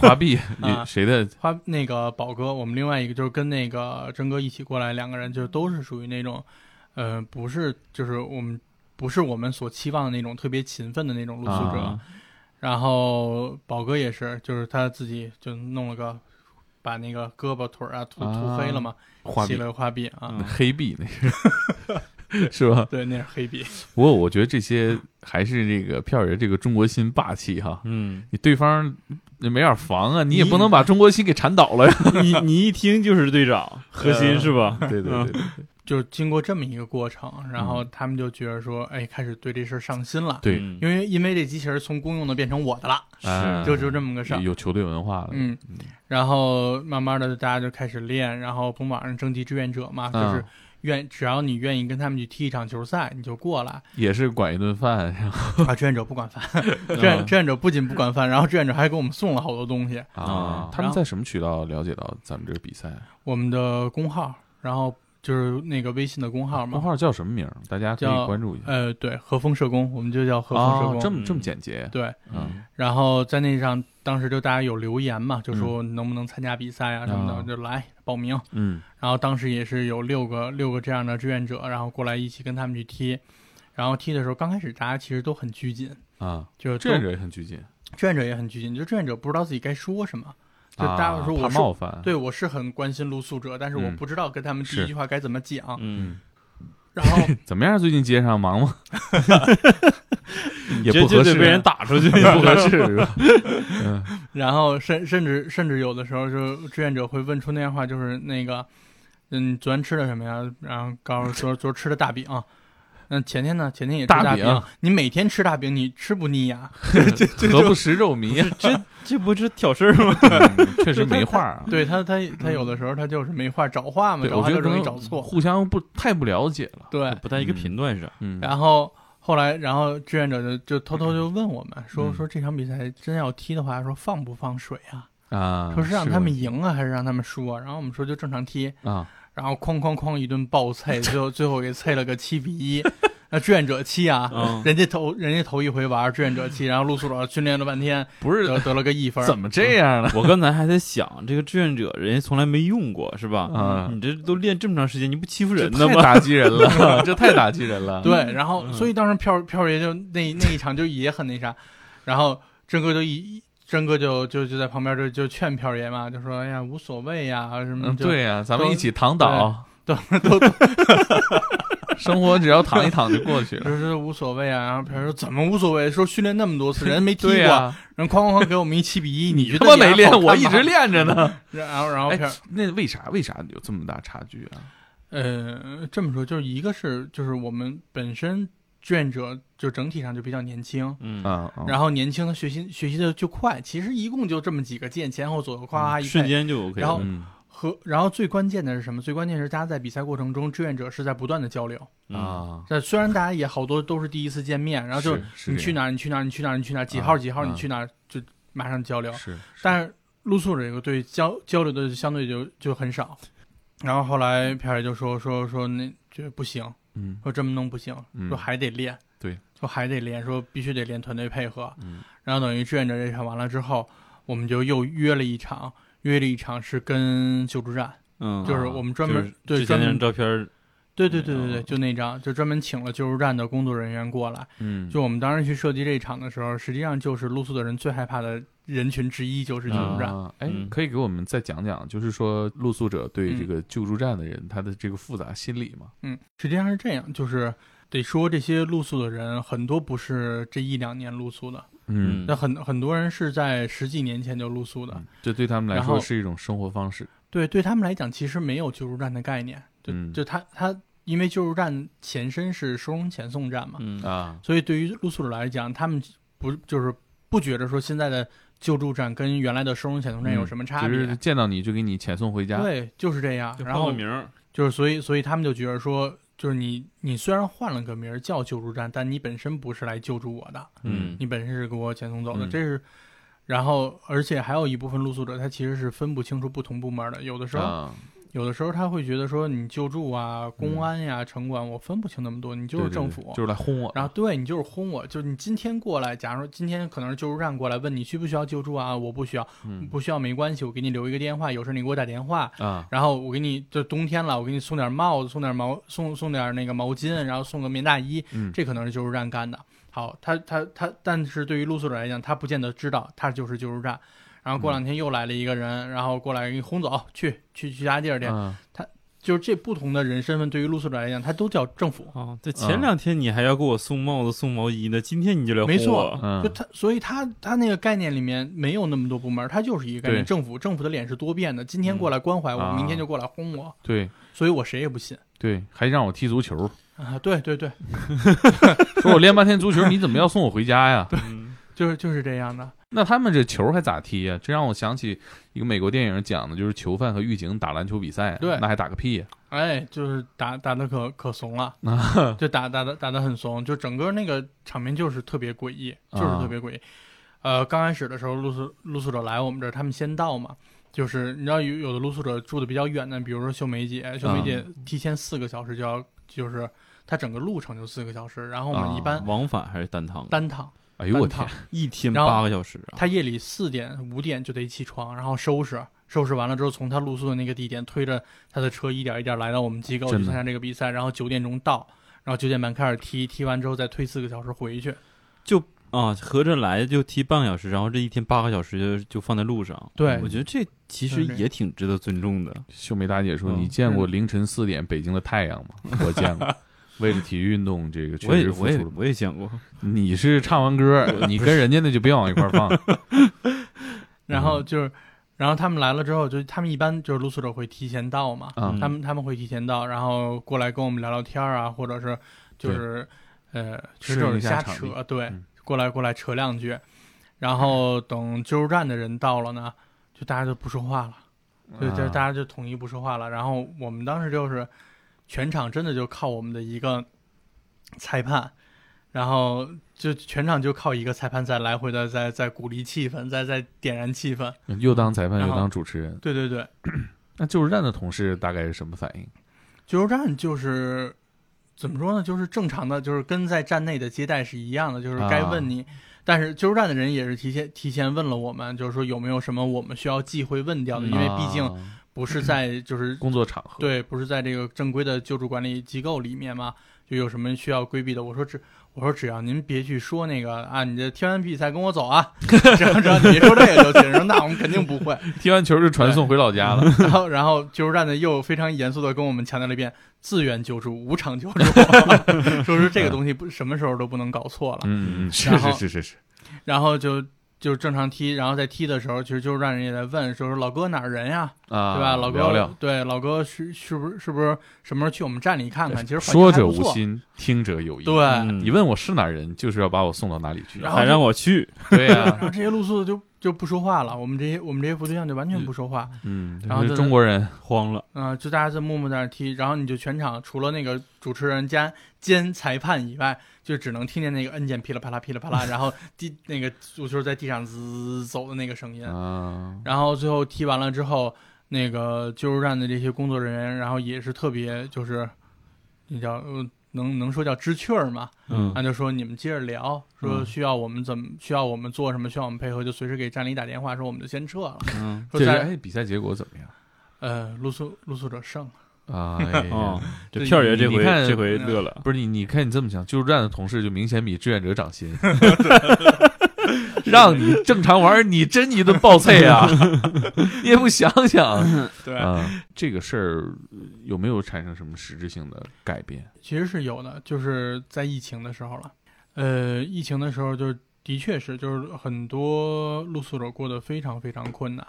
花臂啊谁 的花那个宝哥，我们另外一个就是跟那个真哥一起过来，两个人就都是属于那种，呃，不是就是我们不是我们所期望的那种特别勤奋的那种露宿者。啊然后宝哥也是，就是他自己就弄了个，把那个胳膊腿儿啊涂涂黑了嘛，花起臂了个花臂啊，嗯黑臂那 是是吧？对，那是黑臂，不过我觉得这些还是这个票爷这个中国心霸气哈，嗯，你对方没法防啊，你也你不能把中国心给缠倒了呀。嗯你你一听就是队长，核心是吧？ 对对对对就经过这么一个过程，然后他们就觉得说，哎，开始对这事儿上心了，对嗯因为因为这机器人从公用的变成我的了，啊就就这么个事儿有，有球队文化了，嗯，然后慢慢的大家就开始练，然后从网上征集志愿者嘛，嗯就是愿只要你愿意跟他们去踢一场球赛，你就 过来。也是管一顿饭然后啊，志愿者不管 饭，志嗯嗯愿志愿者不仅不管饭，然后志愿者还给我们送了好多东西，啊啊。他们在什么渠道了解到咱们这个比赛？我们的公号，然后就是那个微信的公号公嘛，号叫什么名儿？大家可以叫关注一下。呃，对，和风社工，我们就叫和风社啊工，，这么嗯这么简洁，对，嗯然后在那上当时就大家有留言嘛，就说嗯能不能参加比赛啊什么的，啊就来报名，嗯然后当时也是有六个六个这样的志愿者，然后过来一起跟他们去踢，然后踢的时候刚开始大家其实都很拘谨，啊，就是都志愿者也很拘谨，志愿者也很拘谨，就志愿者不知道自己该说什么，就大家啊说怕我是、冒犯，对我是很关心露宿者，但是我嗯不知道跟他们第一是句话该怎么讲，嗯，然后 怎么样？最近街上忙吗？也这不就合得适，啊被人打出去，不合适 是吧？然后甚甚至甚至有的时候就志愿者会问出那样话，就是那个嗯昨天吃的什么呀？然后告诉说昨儿吃的大饼。嗯，前天呢？前天也吃大大饼你每天吃大饼，你吃不腻呀？何不食肉 糜呀？这这不是挑事儿吗？嗯确实没话啊。对他，他他有的时候他就是没话找话嘛，对，找我话觉就得可容能易找错。互相不太 不了解了。对，不在一个频段上，嗯，然后后来，然后志愿者就就偷偷就问我们说嗯说这场比赛真要踢的话，说放不放水啊？啊，说是让他问们题赢啊，还是让他们输啊？然后我们说就正常踢，啊，然后哐哐哐一顿暴菜，最后最后给菜了个七比一。那志愿者期啊，嗯人家头人家头一回玩志愿者期，然后陆宿长训练了半天，不是得得了个一分儿，怎么这样呢？我刚才还在想，这个志愿者人家从来没用过，是嗯吧？啊，你这都练这么长时间，你不欺负这人呢太吗？打击人了， 这太打击人了。 对，然嗯后所以当时票票爷就那那一场就也很那啥， 然后真哥就一真哥就就就在旁边就就劝票爷嘛，就说哎呀无所谓呀什么嗯，就，对呀、咱们一起躺倒，都都， 生活只要躺一躺就过去 了。就是无所谓啊。然后票爷说怎么无所谓？说训练那么 多次，人没踢过，对呀、人哐哐哐给我们一七比一，啊你觉他得妈你还没练好，看我一直吗。嗯练着呢。然后然后哎票。那为啥为啥有这么大差距啊？呃，这么说就是一个是就是我们本身志愿者就整体上就比较年轻，嗯，啊、嗯，然后年轻的学习学习的就快，其实一共就这么几个键，前后左右夸一瞬配间就 OK 然了。后嗯和然后最关键的是什么？最关键是大家在比赛过程中，志愿者是在不断的交流。啊，啊，但虽然大家也好多都是第一次见面，嗯然后就是是你这去样哪儿，你去哪儿，你去哪儿，你去哪儿，几啊号几号，啊你去哪儿就马上交流。是，但是露宿者有个对交交流的相对就就很少。然后后来片儿就说说说那觉得不行，嗯说这么弄不行，嗯说还得练，对，说还得练，说必须得练团队配合。嗯然后等于志愿者这场完了之后，我们就又约了一场，约了一场是跟救助站，嗯，就是我们专就门、是对之专前那张门照片儿，对对对对对，嗯就那张就专门请了救助站的工作人员过来。嗯，就我们当时去设计这一场的时候，实际上就是露宿的人最害怕的人群之一就是救助站。啊，哎、嗯可以给我们再讲讲，就是说露宿者对这个救助站的人、他的这个复杂心理嘛？嗯，实际上是这样，就是得说这些露宿的人很多不是这一两年露宿的，嗯，那很很多人是在十几年前就露宿的。嗯这对他们来然说后是一种生活方式。对，对他们来讲，其实没有救助站的概念。就、嗯就他他，因为救助站前身是收容遣送站嘛，嗯啊，所以对于露宿者来讲，他们不就是不觉着说现在的救助站跟原来的收容遣送站有什么差就别？嗯是见到你就给你遣送回家。对，就是这样。就然换后个名儿，就是所以所以他们就觉得说，就是你你虽然换了个名儿叫救助站，但你本身不是来救助我的，嗯嗯你本身是给我遣送走的，嗯这是。然后，而且还有一部分露宿者，他其实是分不清楚不同部门的，有的时候啊，有的时候他会觉得说你救助啊、公安呀、城管，我分不清那么多，你嗯就对是对政对府。啊就是来轰我。然后对你就是轰我，就是你今天过来，假如说今天可能是救助站过来问你需不需要救助啊，我不需要，嗯不需要没关系，我给你留一个电话，有事你给我打电话。啊，然后我给你，就冬天了，我给你送点帽子，送点毛，送送点那个毛巾，然后送个棉大衣，嗯，这可能是救助站干的。好，他他他，但是对于露宿者来讲，他不见得知道他就是救助站。然后过嗯两天又来了一个人，然后过来给你轰走，去去去其他地儿去。啊就是这不同的人身份，对于露宿者来讲，他都叫政府。啊，这前两天你还要给我送帽子、送毛衣呢，今天你就来没哄错我，嗯就他，所以他他那个概念里面没有那么多部门，他就是一个概念。对政府政府的脸是多变的，今天过来关怀我，啊明天就过来轰我，对所以我谁也不信对，还让我踢足球，啊！对对对，说我练半天足球，你怎么要送我回家呀？嗯就是就是这样的。那他们这球还咋踢呀、这让我想起一个美国电影讲的，就是囚犯和狱警打篮球比赛，对那还打个屁呀、哎，就是打打的可可怂了，就打打的打的很怂，就整个那个场面就是特别诡异，就是啊特别诡异。呃，刚开始的时候，露宿露宿者来我们这儿，他们先到嘛。就是你知道有有的露宿者住的比较远的，比如说秀梅姐，秀梅姐提前四个小时就要，就是她整个路程就四个小时，然后我们一般往返还是单趟？单趟，哎呦我单天趟！一天然后八个小时啊！他夜里四点五点就得起床，然后收拾，收拾完了之后，从他露宿的那个地点推着他的车一点一点来到我们机构真去的参加这个比赛，然后九点钟到，然后九点半开始踢，踢完之后再推四个小时回去。啊，合着来就踢半个小时，然后这一天八个小时就就放在路上。对我觉得这其实也挺值得尊重的。秀梅大姐说：“嗯你见过凌晨四点北京的太 阳吗？”我见过。为了体育运动，这个我确也实付我也出了。我也见过，你是唱完歌，你跟人家那就别往一块儿放。然嗯后就是，然后他们来了之后，就他们一般就是露宿者会提前到嘛，啊他们他们会提前到，然后过来跟我们聊聊天儿啊，或者是就是呃，其实适应就是一下瞎场地扯，对嗯，过来过来扯两句，然后等救助站的人到了呢，就大家就不说话了，就就大啊家就统一不说话了。然后我们当时就是全场真的就靠我们的一个裁判，然后就全场就靠一个裁判在来回的在在鼓励气氛，在在点燃气氛。又当裁判然又后当主持人。对对对，那救助站的同事大概是什么反应？救助站就是怎么说呢？就是正常的，就是跟在站内的接待是一样的，就是啊该问你。但是救助站的人也是提前提前问了我们，就是说有没有什么我们需要忌讳问掉的，因为毕竟啊不是在就是工作场合，对，不是在这个正规的救助管理机构里面嘛，就有什么需要规避的？我说只我说只要您别去说那个啊，你这踢完比赛跟我走啊， 只要只要你别说这个就行。说那我们肯定不会。踢完球就传送回老家了。然后然后救助站的又非常严肃的跟我们强调了一遍自愿救助、无偿救助， 说是这个东西不什么时候都不能搞错了。嗯嗯，是然是后是是是，然后就。就正常踢，然后在踢的时候，其实救助站人也在问，说说老哥哪儿人呀、啊，对吧？老哥，聊聊，对老哥是是不是是不是什么时候去我们站里看看？其实环境说还者不无错心，听者有意。对，，嗯你问我是哪儿人，就是要把我送到哪里去。然后还让我去，对啊然呀，后这些露宿的就就不说话了，我们这些我们这些服对象就完全不说话，嗯，然后就是就中国人慌了，嗯、就大家在默默在那儿踢，然后你就全场除了那个主持人兼兼裁判以外，就只能听见那个按键噼里啪啦噼里啪啦，然后地那个足球在地上滋走的那个声音，嗯啊，然后最后踢完了之后，那个救助站的这些工作人员，然后也是特别就是，那叫呃能能说叫知趣儿嘛，嗯他就说你们接着聊，说嗯需要我们怎么需要我们做什么，需要我们配合，就随时给站里打电话，说我们就先撤了。嗯说这在哎，比赛结果怎么样？呃露宿露宿者胜了，啊，哦哎，这这片儿爷你这你回看这回乐了，不是你，你看你这么想，救助站的同事就明显比志愿者长 心，让你正常玩儿，你真一顿暴菜啊！你也不想想对啊，这个事儿呃有没有产生什么实质性的改变？其实是有的，就是在疫情的时候了。呃，疫情的时候就的确是，就是很多露宿者过得非常非常困难。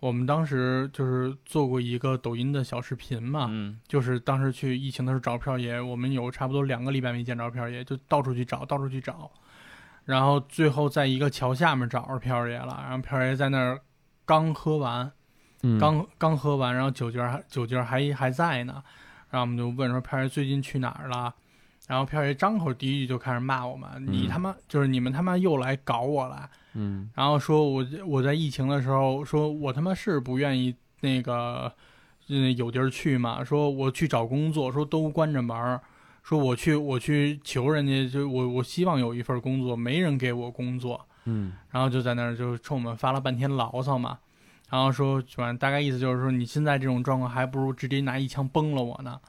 我们当时就是做过一个抖音的小视频嘛，嗯就是当时去疫情的时候找票爷，我们有差不多两个礼拜没见着票爷，就到处去找，到处去找，然后最后在一个桥下面找着票爷了，然后票爷在那儿刚喝完，嗯刚刚喝完，然后酒劲儿还酒劲儿还还在呢，然后我们就问说票爷最近去哪儿了，然后票爷张口第一句就开始骂我们，你他妈就是你们他妈又来搞我了，嗯然后说我我在疫情的时候，说我他妈是不愿意那个，嗯，有地儿去嘛。说我去找工作，说都关着门儿，说我去我去求人家，就我我希望有一份工作，没人给我工作，嗯然后就在那儿就冲我们发了半天牢骚嘛。然后说，反正大概意思就是说，你现在这种状况，还不如直接拿一枪崩了我呢。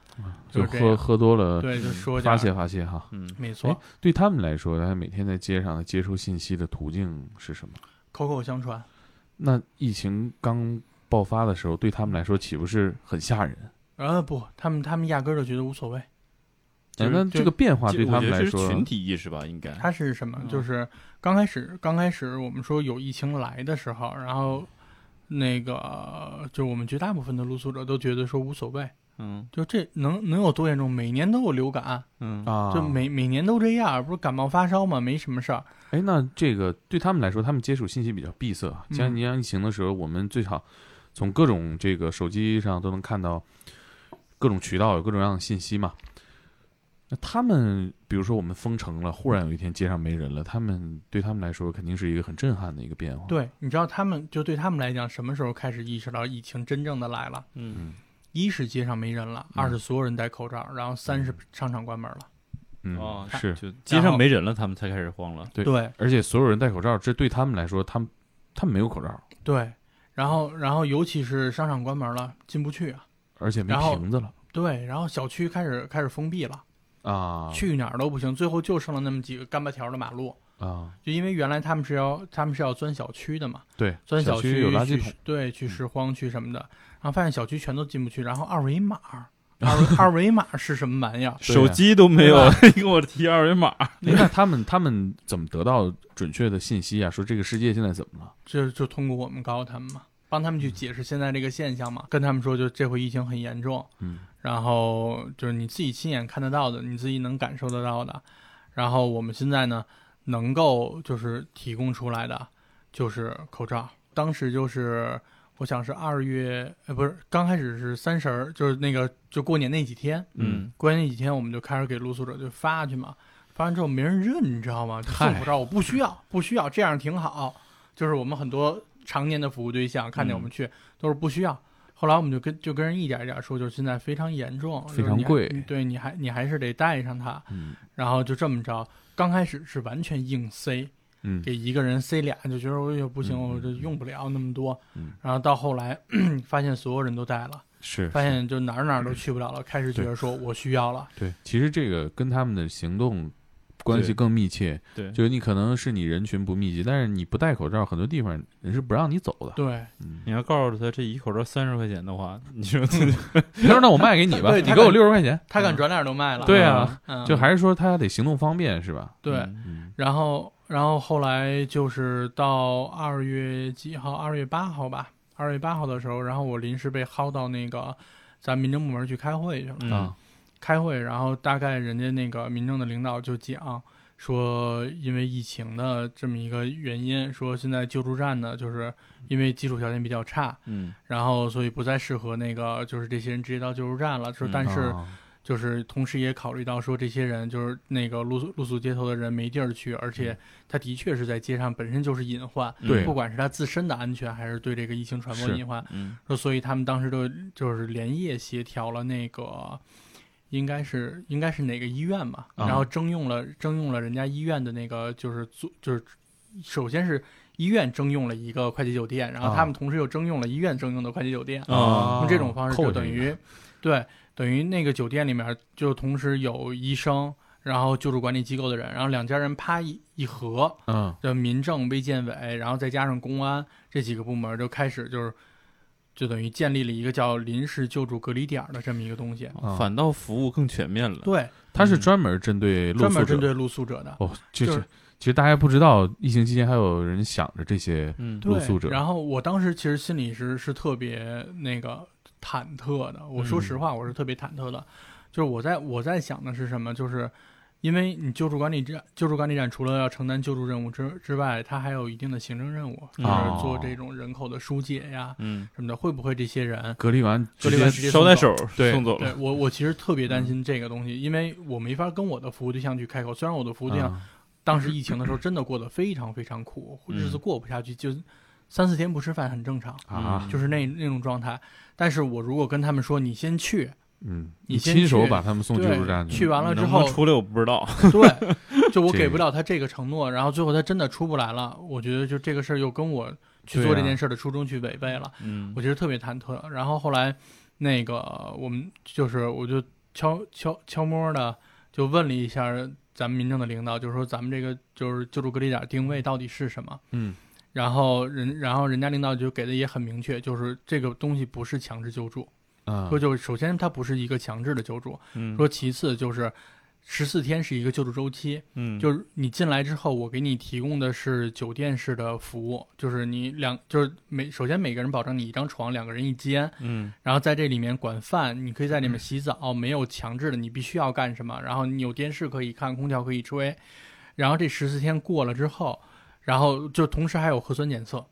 就就是这喝样喝多了，对，就说呃嗯发点儿泄发泄哈。嗯，没错，对他们来说，他每天在街上接收信息的途径是什么？口口相传。那疫情刚爆发的时候，对他们来说岂不是很吓人？呃，不，他们他们压根儿就觉得无所谓。哎就是那就这个变化我对他们觉得来这是说，群体意识吧，应该它是什么？嗯就是刚开始，刚开始我们说有疫情来的时候，然后那个就我们绝大部分的露宿者都觉得说无所谓，嗯就这能能有多严重？每年都有流感，嗯啊，就每每年都这样，不是感冒发烧吗？没什么事儿。哎，那这个对他们来说，他们接触信息比较闭塞啊。嗯像你像疫情的时候，我们最好从各种这个手机上都能看到各种渠道有各种各样的信息嘛。那他们，比如说我们封城了，忽然有一天街上没人了，他们对他们来说肯定是一个很震撼的一个变化。，对，你知道他们就对他们来讲，什么时候开始意识到疫情真正的来了？嗯一是街上没人了，嗯二是所有人戴口罩，然后三是商场关门了。嗯，哦是，就街上没人了，他们才开始慌了，对对而且所有人戴口罩，这对他们来说，他们他们没有口罩，对，然后然后尤其是商场关门了，进不去啊。而且没然后瓶子了对，然后小区开始开始封闭了，啊去哪儿都不行，最后就剩了那么几个干巴条的马路。啊！就因为原来他们是要他们是要钻小区的嘛，对，钻小区有垃圾去桶，嗯对，去拾荒去什么的，然后发现小区全都进不去，然后二维码，二 维二维码是什么玩意儿？对啊手机都没有， 你给我提二维码，哎那他们他们怎么得到准确的信息啊？说这个世界现在怎么了？就就通过我们告诉他们嘛，帮他们去解释现在这个现象嘛，跟他们说就这回疫情很严重，嗯，然后就是你自己亲眼看得到的，你自己能感受得到的，然后我们现在呢能够就是提供出来的就是口罩，当时就是。我想是二月，呃，不是，刚开始是三十儿，就是那个就过年那几天，嗯过年那几天我们就开始给露宿者就发去嘛，发完之后没人认，你知道吗？就送嗨口罩，我不需要，不需要，嗯这样挺好。就是我们很多常年的服务对象看见我们去、都是不需要，后来我们就跟就跟人一点一点说，就是现在非常严重，就是非常你还贵嗯对，你还你还是得带上它，嗯然后就这么着。刚开始是完全硬塞，嗯给一个人塞俩，就觉得我也不行，嗯我这用不了那么多。嗯然后到后来 发现所有人都带了，是发现就哪儿哪儿都去不了了，开始觉得说我需要了。对，其实这个跟他们的行动关系对更密切。对就是你可能是你人群不密集，但是你不戴口罩，很多地方人是不让你走的。对，嗯，你要告诉他这一口罩三十块钱的话，你说他说那我卖给你吧，对你他给我敢六十块钱。他敢转脸都卖了。嗯对啊，嗯，就还是说他得行动方便是吧？对。嗯然后，然后后来就是到二月几号，二月八号吧，二月八号的时候，然后我临时被薅到那个咱民政部门去开会去了。嗯啊，开会，然后大概人家那个民政的领导就讲说，因为疫情的这么一个原因，说现在救助站呢，就是因为基础条件比较差，嗯然后所以不再适合那个就是这些人直接到救助站了。说嗯但是啊就是同时也考虑到说这些人就是那个露宿露宿街头的人没地儿去，而且他的确是在街上本身就是隐患，嗯对不管是他自身的安全还是对这个疫情传播是隐患，嗯说所以他们当时都就是连夜协调了那个，应该是应该是哪个医院吧，啊然后征用了征用了人家医院的那个就是租就是，首先是医院征用了一个快捷酒店，然后啊他们同时又征用了医院征用的快捷酒店，啊用这种方式扣就着等一于个对等于那个酒店里面就同时有医生。然后救助管理机构的人，然后两家人啪一一合，嗯的民政、卫健委，然后再加上公安这几个部门，就开始就是就等于建立了一个叫临时救助隔离点儿的这么一个东西。啊反倒服务更全面了。对，他是专门针对露嗯专宿门针者。对露宿者的。哦，这就是是其实大家不知道，疫情期间还有人想着这些。嗯露宿者对，然后我当时其实心里是是特别那个忐忑的。我嗯说实话，我是特别忐忑的，就是我在我在想的是什么，就是。因为你救助管理站，救助管理站除了要承担救助任务之之外，它还有一定的行政任务，就是做哦这种人口的疏解呀、嗯，什么的。会不会这些人隔离完隔直离完接直接捎带手对送走对了。嗯我，我其实特别担心这个东西，因为我没法跟我的服务对象去开口。虽然我的服务对象啊当时疫情的时候真的过得非常非常苦，嗯日子过不下去，就三四天不吃饭很正常，啊，就是那那种状态。但是我如果跟他们说你先去，嗯，你先亲手去把他们送救助站对，去完了之能不能后，出来我不知道。对，就我这给个不了他这个承诺，然后最后他真的出不来了，我觉得就这个事儿又跟我去对做啊这件事儿的初衷去违背了。 嗯我其实特别忐忑。然后后来，那个我们就是我就悄悄悄摸的就问了一下咱们民政的领导，就说咱们这个就是救助隔离点定位到底是什么？嗯，然后人然后人家领导就给的也很明确，就是这个东西不是强制救助，啊说，就是首先它不是一个强制的救助，嗯说其次就是。十四天是一个救助周期，嗯就是你进来之后，我给你提供的是酒店式的服务，就是你两就是每首先每个人保证你一张床，两个人一间，嗯然后在这里面管饭，你可以在里面洗澡，没有强制的，你必须要干什么。然后你有电视可以看，空调可以吹。然后这十四天过了之后，然后就同时还有核酸检测，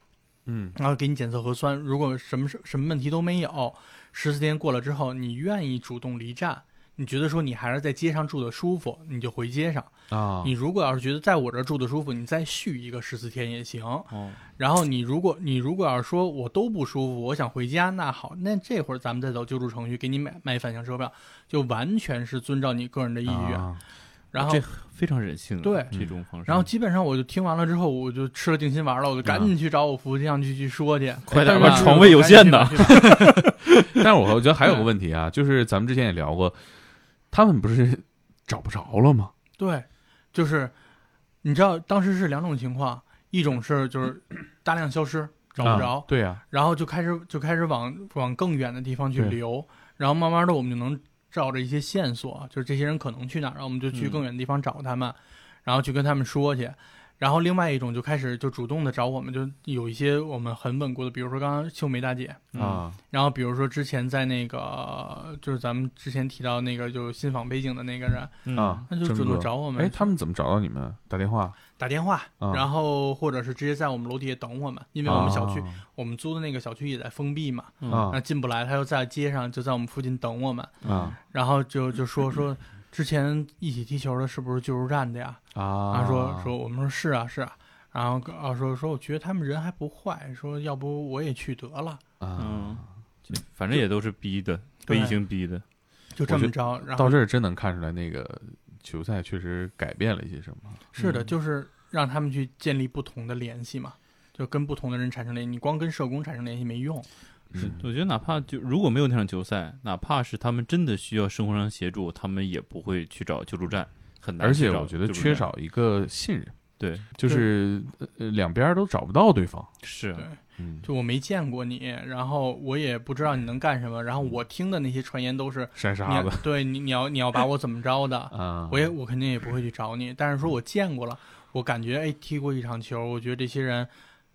嗯然后给你检测核酸，如果什么事什么问题都没有，十四天过了之后，你愿意主动离站，你觉得说你还是在街上住的舒服，你就回街上。啊你，如果要是觉得在我这儿住的舒服，你再续一个十四天也行。哦然后你如果你如果要是说我都不舒服，我想回家，那好，那这会儿咱们再走救助程序，给你买买反向车票，就完全是遵照你个人的意愿。啊然后这，非常人性啊，对这种方式。然后基本上我就听完了之后，我就吃了定心丸了，我就赶紧去找我服务对象去去说去，啊快点但是吧吧床位有限的。我赶紧去吧去吧但是我我觉得还 有个问题啊，就是咱们之前也聊过，他们不是 找不着了吗？对，就是你知道当时是两种情况，一种是就是大量消失找不着啊，对呀，然后就开始就开始往往更远的地方去对流，然后慢慢的我们就能照着一些线索，啊就是这些人可能去哪儿，然后我们就去嗯更远的地方找他们，然后去跟他们说去。然后另外一种就开始就主动的找我们，就有一些我们很稳固的，比如说刚刚秀梅大姐，啊，啊，然后比如说之前在那个就是咱们之前提到那个就是新访北京的那个人，嗯啊他就真主动哥找我们，哎，他们怎么找到你们？打电话，打电话，啊嗯然后或者是直接在我们楼底下等我们，因为我们小区、嗯啊我们租的那个小区也在封闭嘛，嗯啊那进不来，他又在街上，就在我们附近等我们，啊然后就就说说之前一起踢球的是不是救助站的呀？啊嗯他说说我们说是啊是啊，然后跟啊说说我觉得他们人还不坏，说要不我也去得了。啊嗯反正也都是逼的，被对疫情逼的。就这么着。然后到这儿真能看出来，那个球赛确实改变了一些什么。是的，嗯就是让他们去建立不同的联系嘛，就跟不同的人产生联系。你光跟社工产生联系没用。是嗯，我觉得哪怕就如果没有那场球赛，哪怕是他们真的需要生活上协助，他们也不会去找救助站，很难而去且找救助我觉站。得缺少一个信任，对，就是呃呃两边儿都找不到对方。是对嗯，就我没见过你，然后我也不知道你能干什么，然后我听的那些传言都是筛你沙要子对你你要你要把我怎么着的，啊，我也我肯定也不会去找你，但是说我见过了，我感觉哎踢过一场球，我觉得这些人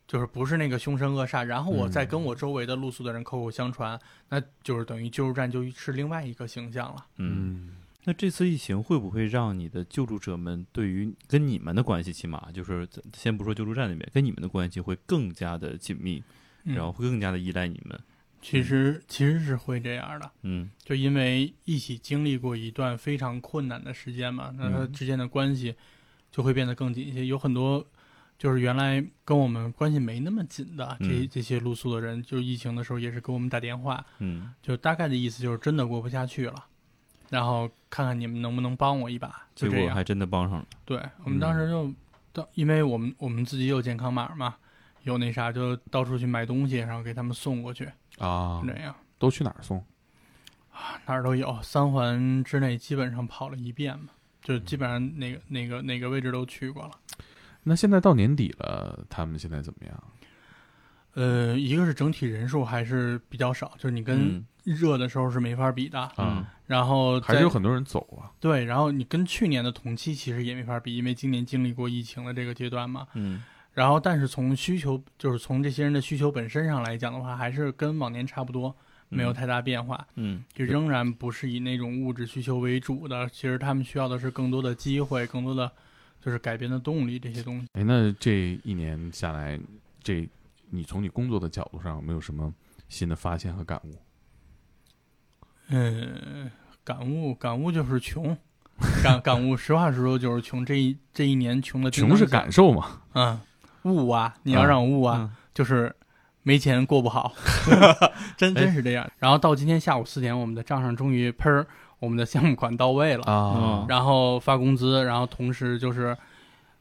就是不是那个凶神恶煞，然后我再嗯跟我周围的露宿的人口口相传，那就是等于救助站就是另外一个形象了。嗯。嗯那这次疫情会不会让你的救助者们对于跟你们的关系，起码就是咱先不说救助站那边，跟你们的关系会更加的紧密，然后会更加的依赖你们。嗯其实其实是会这样的，嗯就因为一起经历过一段非常困难的时间嘛，那他嗯之间的关系就会变得更紧一些。有很多就是原来跟我们关系没那么紧的这嗯这些露宿的人，就疫情的时候也是给我们打电话，嗯，就大概的意思就是真的过不下去了，然后看看你们能不能帮我一把，结就这果样。还真的帮上了。对我们当时就到，因为我们我们自己有健康码嘛，有那啥，就到处去买东西，然后给他们送过去，啊，这样都去哪儿送？哪儿都有，三环之内基本上跑了一遍嘛，就基本上哪个哪个哪个位置都去过了。那现在到年底了，他们现在怎么样？呃，一个是整体人数还是比较少，就是你跟嗯热的时候是没法比的。啊，然后还在是有很多人走啊。对，然后你跟去年的同期其实也没法比，因为今年经历过疫情的这个阶段嘛。嗯然后，但是从需求，就是从这些人的需求本身上来讲的话，还是跟往年差不多，没有太大变化，嗯就仍然不是以那种物质需求为主的。其实他们需要的是更多的机会，更多的就是改变的动力这些东西。哎，那这一年下来，这你从你工作的角度上有没有什么新的发现和感悟？嗯，感悟感悟就是穷，感感悟，实话实说就是穷。这一这一年穷的穷是感受嘛？嗯，悟啊，你要让我悟啊，嗯就是没钱过不好，真 哎真是这样。然后到今天下午四点，我们的账上终于喷儿，我们的项目款到位了，啊然后发工资，然后同时就是。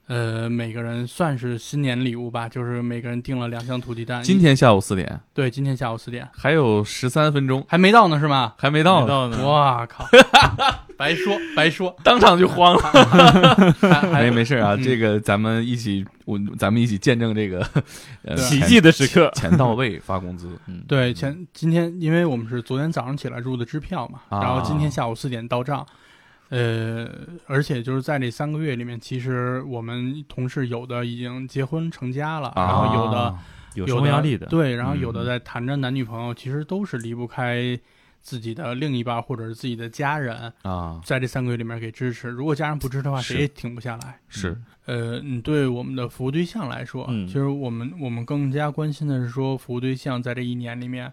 呃，每个人算是新年礼物吧，就是每个人订了两箱土鸡蛋。今天下午四点对，今天下午四点还有十三分钟，还没到呢，是吗？还没到没呢，到呢，哇靠， 白说白说，当场就慌了。还还没没事啊，嗯这个咱们一起，我咱们一起见证这个呃对钱奇迹的时刻。钱到位发工资。嗯，对，前今天因为我们是昨天早上起来入的支票嘛，啊然后今天下午四点到账，呃，而且就是在这三个月里面，其实我们同事有的已经结婚成家了，然后有的啊有有生活的压力的。对，然后有的嗯在谈着男女朋友，其实都是离不开自己的另一半或者是自己的家人，啊在这三个月里面给支持，如果家人不支持的话，是谁也停不下来。是呃，你对我们的服务对象来说，啊嗯其实我们我们更加关心的是说，服务对象在这一年里面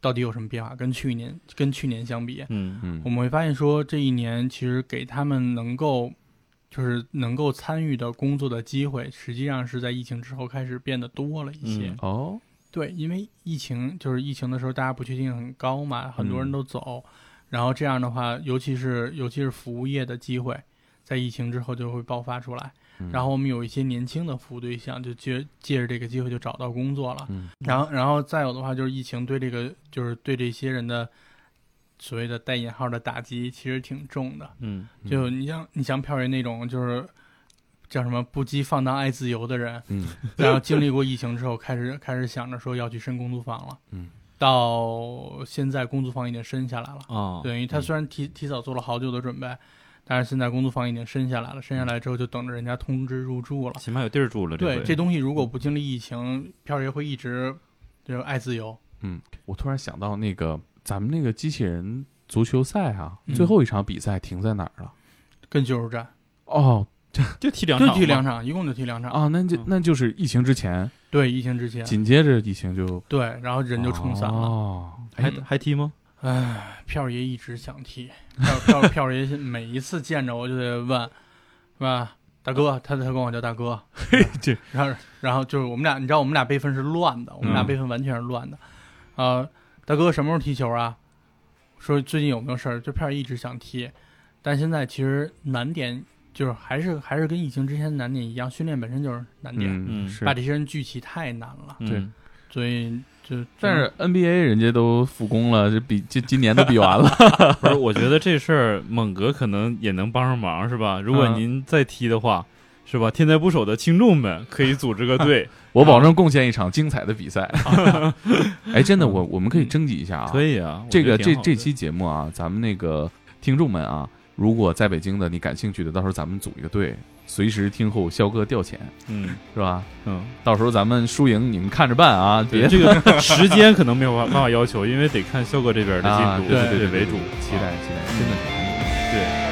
到底有什么变化？跟去年跟去年相比，嗯嗯我们会发现说，这一年其实给他们能够就是能够参与的工作的机会，实际上是在疫情之后开始变得多了一些。嗯哦对，因为疫情就是疫情的时候，大家不确定很高嘛，嗯很多人都走，然后这样的话，尤其是尤其是服务业的机会，在疫情之后就会爆发出来。嗯然后我们有一些年轻的服务对象，就借借着这个机会就找到工作了。嗯然后，然后再有的话就是疫情对这个就是对这些人的所谓的带引号的打击，其实挺重的。嗯嗯就你像你像票爷那种就是叫什么不羁放荡爱自由的人，嗯然后啊经历过疫情之后，开始开始想着说要去申公租房了。嗯，到现在公租房已经申下来了，啊，等于他嗯虽然提提早做了好久的准备，但是现在公租房已经申下来了，申下来之后就等着人家通知入住了。起码有地儿住了。对，回这东西如果不经历疫情，票爷会一直就是爱自由。我突然想到那个咱们那个机器人足球赛啊，嗯最后一场比赛停在哪儿了？跟救助站哦就踢两就场嘛，踢两场，一共就踢两场。啊，那就嗯那就是疫情之前，对，疫情之前，紧接着疫情就对，然后人就冲散了。哦，还哎，还踢吗？唉，票爷一直想踢， 票票票爷每一次见着我就得问，是吧？大哥，他他管我叫大哥， 这然后然后就是我们俩，你知道我们俩辈分是乱的，我们俩嗯辈分完全是乱的，啊、大哥什么时候踢球啊？说最近有没有事儿？这片儿一直想踢，但现在其实难点就是还是还是跟疫情之前难点一样，训练本身就是难点，嗯，嗯是把。这些人聚齐太难了，对嗯所以就但是 NBA 人家都复工了，这比这今年都比完了，不是，我觉得这事儿猛哥可能也能帮上忙，是吧？如果嗯您再踢的话，是吧？天才捕手的听众们可以组织个队，我保证贡献一场精彩的比赛。哎，真的，我我们可以征集一 下啊，可以啊。我这个觉得这挺好的这期节目啊，咱们那个听众们啊，如果在北京的你感兴趣的，到时候咱们组一个队，随时听候肖哥调遣，嗯是吧？嗯，到时候咱们输赢你们看着办啊，别对这个时间可能没有办办法要求，因为得看肖哥这边的啊，进度对对为主。期待期待，真的挺难的。对，